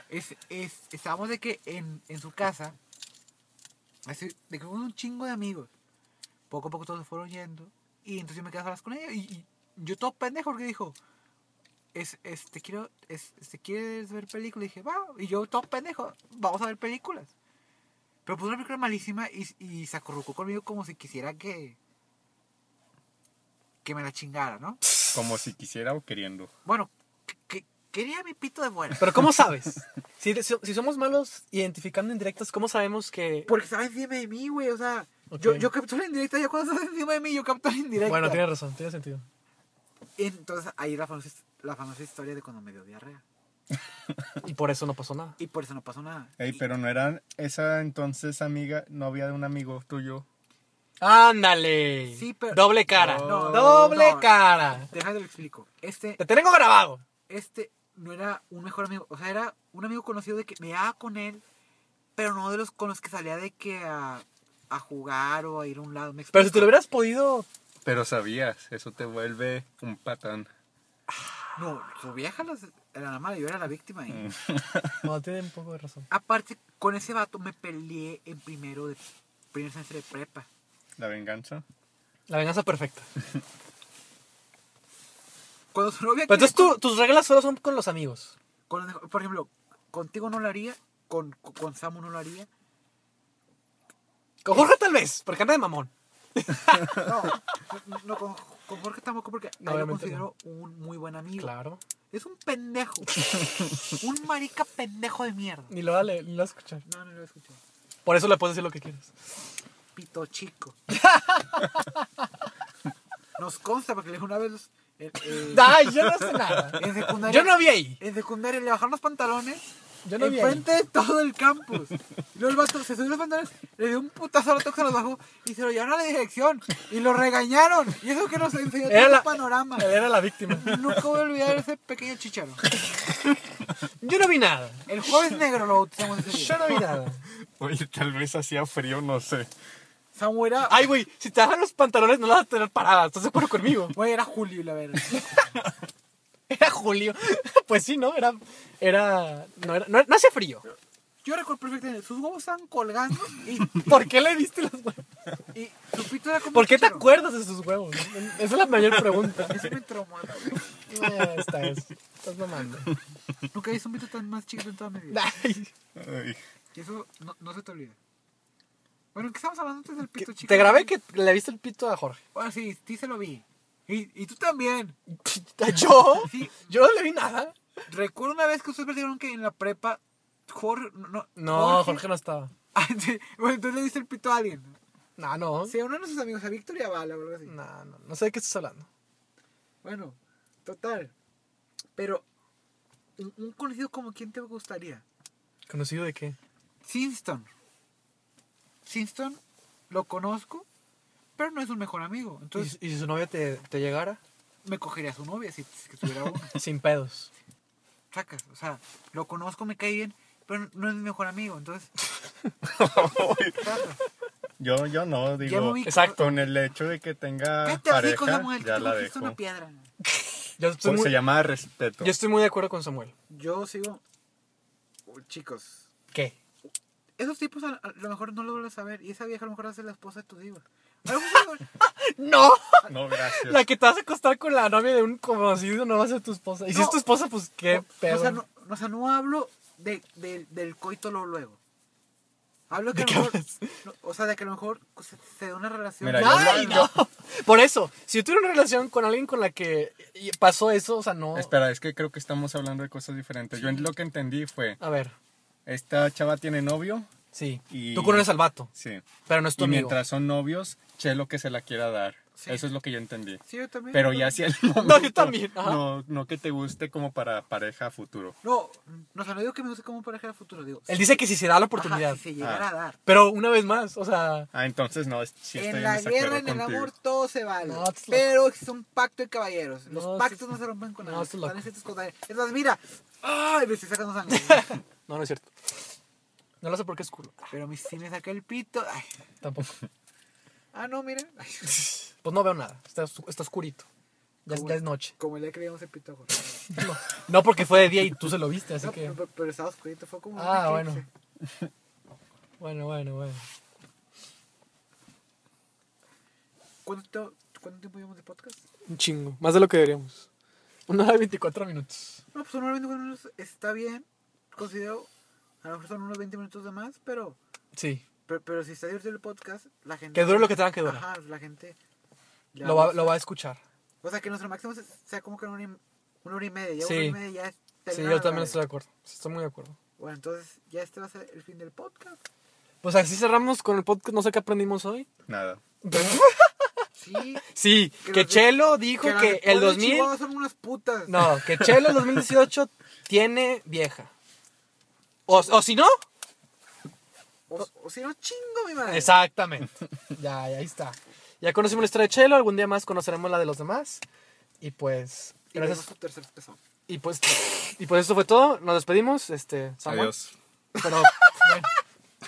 es, es, estábamos de que en, en su casa, así, de que fueron un chingo de amigos. Poco a poco todos se fueron yendo y entonces yo me quedé a solas con ella y, y yo todo pendejo porque dijo, es, este, quiero, es, este, ¿quieres ver películas? Y dije, va, y yo todo pendejo, vamos a ver películas. Pero puso una película malísima y, y se acurrucó conmigo como si quisiera que... Que me la chingara, ¿no?
Como si quisiera o queriendo.
Bueno, que, Quería mi pito de fuera.
Pero ¿cómo sabes? Si, si somos malos identificando indirectas, ¿cómo sabemos que...
Porque estaba encima de mí, güey. O sea,
Ok.
yo, yo capturo en directa. Ya cuando estás encima de mí, yo capturo en directa.
Bueno, tienes razón, tiene sentido.
Entonces, ahí la famosa, la famosa historia de cuando me dio diarrea.
Y por eso no pasó nada.
Y por eso no pasó nada.
Ey,
Y-
pero no era esa entonces amiga, novia de un amigo tuyo.
Ándale.
Sí, pero-
Doble cara.
No,
Doble
no.
cara.
Déjame lo explico. Este,
Te tengo grabado.
este no era un mejor amigo. O sea, era un amigo conocido de que me daba con él, pero no de los con los que salía de que a, a jugar o a ir a un lado. ¿Me
Pero si te
explico?
lo hubieras podido...
Pero sabías, eso te vuelve un patán.
No, su vieja las- era la mala, yo era la víctima.
Mm.
ahí.
No, tiene un poco de razón.
Aparte, con ese vato me peleé en primero de primer semestre de prepa.
La venganza.
La venganza perfecta.
Cuando su novia
Pero entonces
quería-
tú- tus reglas solo son con los amigos.
con los- por ejemplo, contigo no lo haría, con, con Samu no lo haría.
Con Jorge tal vez, porque anda de mamón.
No, no, no, con, con Jorge tampoco porque
No,
ahí lo
obviamente
considero un muy buen amigo.
Claro.
Es un pendejo. un marica pendejo de mierda.
Ni lo vale, ni lo va a escuchar.
No, no lo escuché.
Por eso le puedes decir lo que quieras.
Pito chico. Nos consta porque una vez los- eh, eh,
Ay, yo no sé nada.
en secundaria
Yo no vi ahí.
en secundaria le bajaron los pantalones
Yo no vi ahí.
enfrente de todo el campus. Y luego el vato se subió los pantalones, le dio un putazo al otro que se los bajó y se lo llevaron a la dirección y lo regañaron. Y eso que nos enseñó todo
Era
el
la-
panorama.
Era la víctima.
Nunca voy a olvidar ese pequeño chicharo.
Yo no vi nada.
El jueves negro lo bautizamos ese
Yo
día.
no vi nada.
Oye, tal vez hacía frío, no sé.
Samu era,
Ay, güey, si te bajan los pantalones no las vas a tener paradas. ¿Estás de acuerdo conmigo?
güey, era Julio, la verdad.
Era julio. Pues sí, ¿no? Era. Era. No, era, no, no hacía frío.
Yo recuerdo perfectamente, sus huevos estaban colgando y,
¿Por qué le diste los huevos?
y su pito era como
¿Por qué te
chicharo.
acuerdas de sus huevos? Esa es la mayor pregunta.
Eso me traumó, la verdad.
Ah, Esta es. Estás mamando.
Nunca he visto un pito tan más chiquito en toda mi vida.
Ay,
Ay,
Y eso no, no se te olvida. Bueno, ¿qué estamos hablando antes del pito chico?
te grabé que le viste el pito a Jorge.
Bueno, Ah, sí, sí se lo vi. Y, y tú también.
¿Yo?
Sí,
Yo no le vi nada.
recuerdo una vez que ustedes perdieron que en la prepa. Jorge. No,
No, Jorge no estaba.
Ah, sí. Bueno, entonces le diste el pito a alguien.
No, no.
Sí, a uno de sus amigos, a Victoria Bala o algo así.
No, no. No sé de qué estás hablando.
Bueno, total. Pero, un, un conocido como quién te gustaría.
¿Conocido de qué?
Sinston. Sinston lo conozco, pero no es un mejor amigo. Entonces,
¿Y, y si su novia te, te llegara?
me cogería a su novia si, si que tuviera uno.
Sin pedos.
Sacas, o sea, lo conozco, me cae bien, pero no es mi mejor amigo. Entonces, sacas.
Yo, yo no,
Ya me
digo.
ubico.
Exacto.
Con el hecho de que tenga
Cállate así con
pareja,
esa mujer que
ya
te
la
cogiste
dejo.
una piedra.
Yo estoy,
Pues se
muy,
llama respeto.
yo estoy muy de acuerdo con Samuel.
Yo sigo. Oh, chicos,
¿Qué?
esos tipos a, a lo mejor no lo van a saber. Y esa vieja a lo mejor hace la esposa de tu diva. A lo mejor-
¡No!
No, gracias.
La que te vas a acostar con la novia de un conocido no va a ser tu esposa. Y si
No.
es tu esposa, pues qué
O
pedo.
sea, no, o sea, no hablo de, de- del coito lo luego. Hablo que a
¿De
lo
qué
mejor.
hablas?
no, o sea, de que a lo mejor se, se da una relación.
Mira, yo
¡Ay, no! Por eso, si yo tuviera una relación con alguien con la que y- pasó eso, o sea, no.
Espera, es que creo que estamos hablando de cosas diferentes. Yo lo que entendí fue,
A ver,
esta chava tiene novio,
sí.
Y-
Tú conoces al vato,
sí.
pero no es tu
Y
amigo.
mientras son novios, Chelo que se la quiera dar.
Sí.
Eso es lo que yo entendí.
Sí, yo también.
Pero ya si el momento,
yo también, ajá.
No, no que te guste como para pareja a futuro.
No, no, o sea, no digo que me guste como pareja de futuro. Digo,
Él dice que si se da la oportunidad.
Ajá, si se llegara
Ah.
a dar.
Pero una vez más, o sea.
Ah, entonces no, es- sí estoy
en la
desacuerdo
guerra, en el
contigo.
amor, todo se vale.
No, estás loco.
pero es un pacto de caballeros. Los
No,
pactos
estás-
no se rompen con
no,
nada.
estás loco.
Están hechos con nada. Es más, mira. Ay, me estoy sacando sangre.
No, no es cierto. No lo sé por qué es culo.
pero mi sí me saqué el pito. Ay.
Tampoco.
Ah, no, mira. Ay,
Pues no veo nada. Está, os- está oscurito. Ya, es-
Como-
ya es noche.
Como le creíamos el pito a Jorge.
No, no, porque fue de día y tú se lo viste, así
No,
que.
pero, pero estaba oscurito, fue como. un
Ah,
eclipse.
bueno. Bueno, bueno, bueno.
¿Cuánto, cuánto tiempo llevamos de podcast?
Un chingo. Más de lo que deberíamos. Una hora y 24 minutos.
No, pues normalmente minutos está bien. Considero, a lo mejor son unos 20 minutos de más, pero,
Sí.
pero, pero si está divertido el podcast, la gente.
Que dure lo que tenga que durar.
Ajá, pues la gente. le
Lo
va a
va, lo va a escuchar.
O sea, que nuestro máximo se- sea como que una hora y, una hora y media. Ya
Sí.
una hora y media ya es
Sí,
no,
yo
no,
también
no.
estoy de acuerdo. Estoy muy de acuerdo.
Bueno, entonces ya este va a ser el fin del podcast.
Pues así cerramos con el podcast. No sé qué aprendimos hoy.
Nada.
Sí.
Sí,
Que
que
los-
Chelo dijo
las
que el
esposas de
2000.
Chihuahua son unas putas.
No, que Chelo el 2018 tiene vieja. O, o si no.
O, o si no, chingo mi madre.
Exactamente. Ya, ya, ahí está. Ya conocimos la historia de Chelo. Algún día más conoceremos la de los demás. Y pues.
Y vemos
Gracias.
su tercer pezón.
Y pues. Y pues esto fue todo. Nos despedimos. Este. Samuel.
Adiós.
Pero. bueno,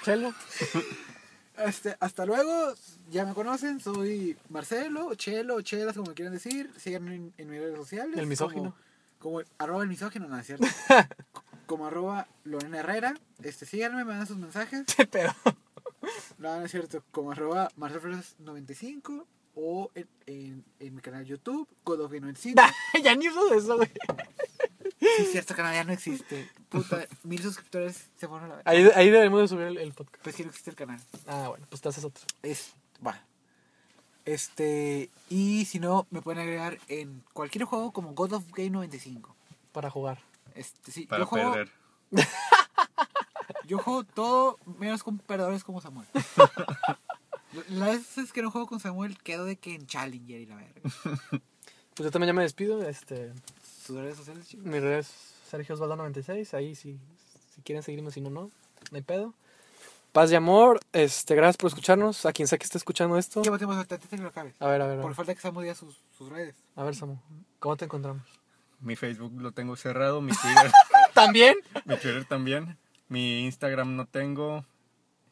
Chelo.
Este, hasta luego. Ya me conocen. Soy Marcelo, Chelo, Chelas, como quieran decir. Síganme en, en mis redes sociales.
El misógino.
Como, como arroba el misógino, no es cierto. como arroba Lorena Herrera. Este, síganme, me dan sus mensajes.
Pero.
No, no es cierto. Como arroba Marcelo Flores 95 o en, en, en mi canal de YouTube, God of 95.
ya ni uso de eso, güey.
Sí, es cierto, canal ya no existe. Puta, mil suscriptores se fueron a la vez.
Ahí, ahí debemos de subir el, el podcast.
Pues sí, no existe el canal.
Ah, bueno, pues te haces otro.
Es, va. Este, y si no, me pueden agregar en cualquier juego como God of Game 95.
Para jugar.
Este, sí,
Para
yo, juego,
perder.
yo juego todo menos con perdedores como Samuel. Las veces que no juego con Samuel, quedo de que en Challenger y la verga.
Pues yo también ya me despido. Este.
¿Sus redes sociales, chicos?
Mi red es Sergio Osvaldo 96. Ahí sí, si quieren seguirme, si no, no. No hay pedo. Paz y amor. Este, gracias por escucharnos. A quien sea que esté escuchando esto.
Ya matemos hasta antes de que lo acabes.
A ver, a ver, a
Por
ver.
falta que Samuel diga sus, sus redes.
A ver, Samu. ¿Cómo te encontramos?
Mi Facebook lo tengo cerrado, mi Twitter,
¿También?
mi Twitter también, mi Instagram no tengo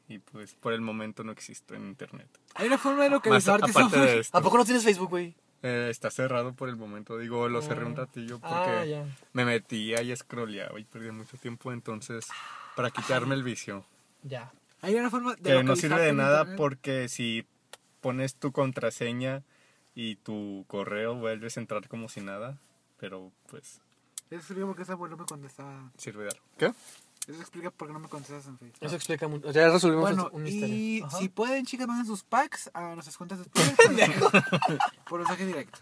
y pues por el momento no existo en internet.
Hay una forma de
Más
localizarte,
aparte
Samuel.
de
¿A
esto,
poco no tienes Facebook, güey?
eh, está cerrado por el momento. Digo, lo cerré
Mm.
un ratillo
Ah,
porque
ya.
me metía y scrolleaba y perdía mucho tiempo, entonces
Ah.
para quitarme el vicio.
Ya.
Hay una forma de
Que no
localizarte
sirve de
en
nada
internet.
porque si pones tu contraseña y tu correo vuelves a entrar como si nada, pero pues
Eso explica por qué Samuel no me contestaba.
sirve de algo. ¿Qué?
Eso explica por qué no me contestas en Facebook.
Eso explica mucho. Ya resolvimos
Bueno,
un misterio.
y
Ajá.
si pueden, chicas, manden sus packs a nuestras cuentas de Twitter por- por mensaje directo.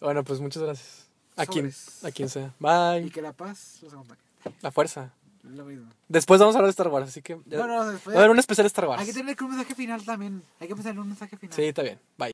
Bueno, pues muchas gracias. A quien,
Sobres.
a quien sea.
Y
Bye.
que la paz los acompañe.
La fuerza.
Lo mismo.
Después vamos a hablar de Star Wars, así que. ya-
Bueno,
Va a haber
después.
un especial Star Wars.
Hay que tener un mensaje final también. Hay que pensar en un mensaje final.
Sí, está bien. Bye.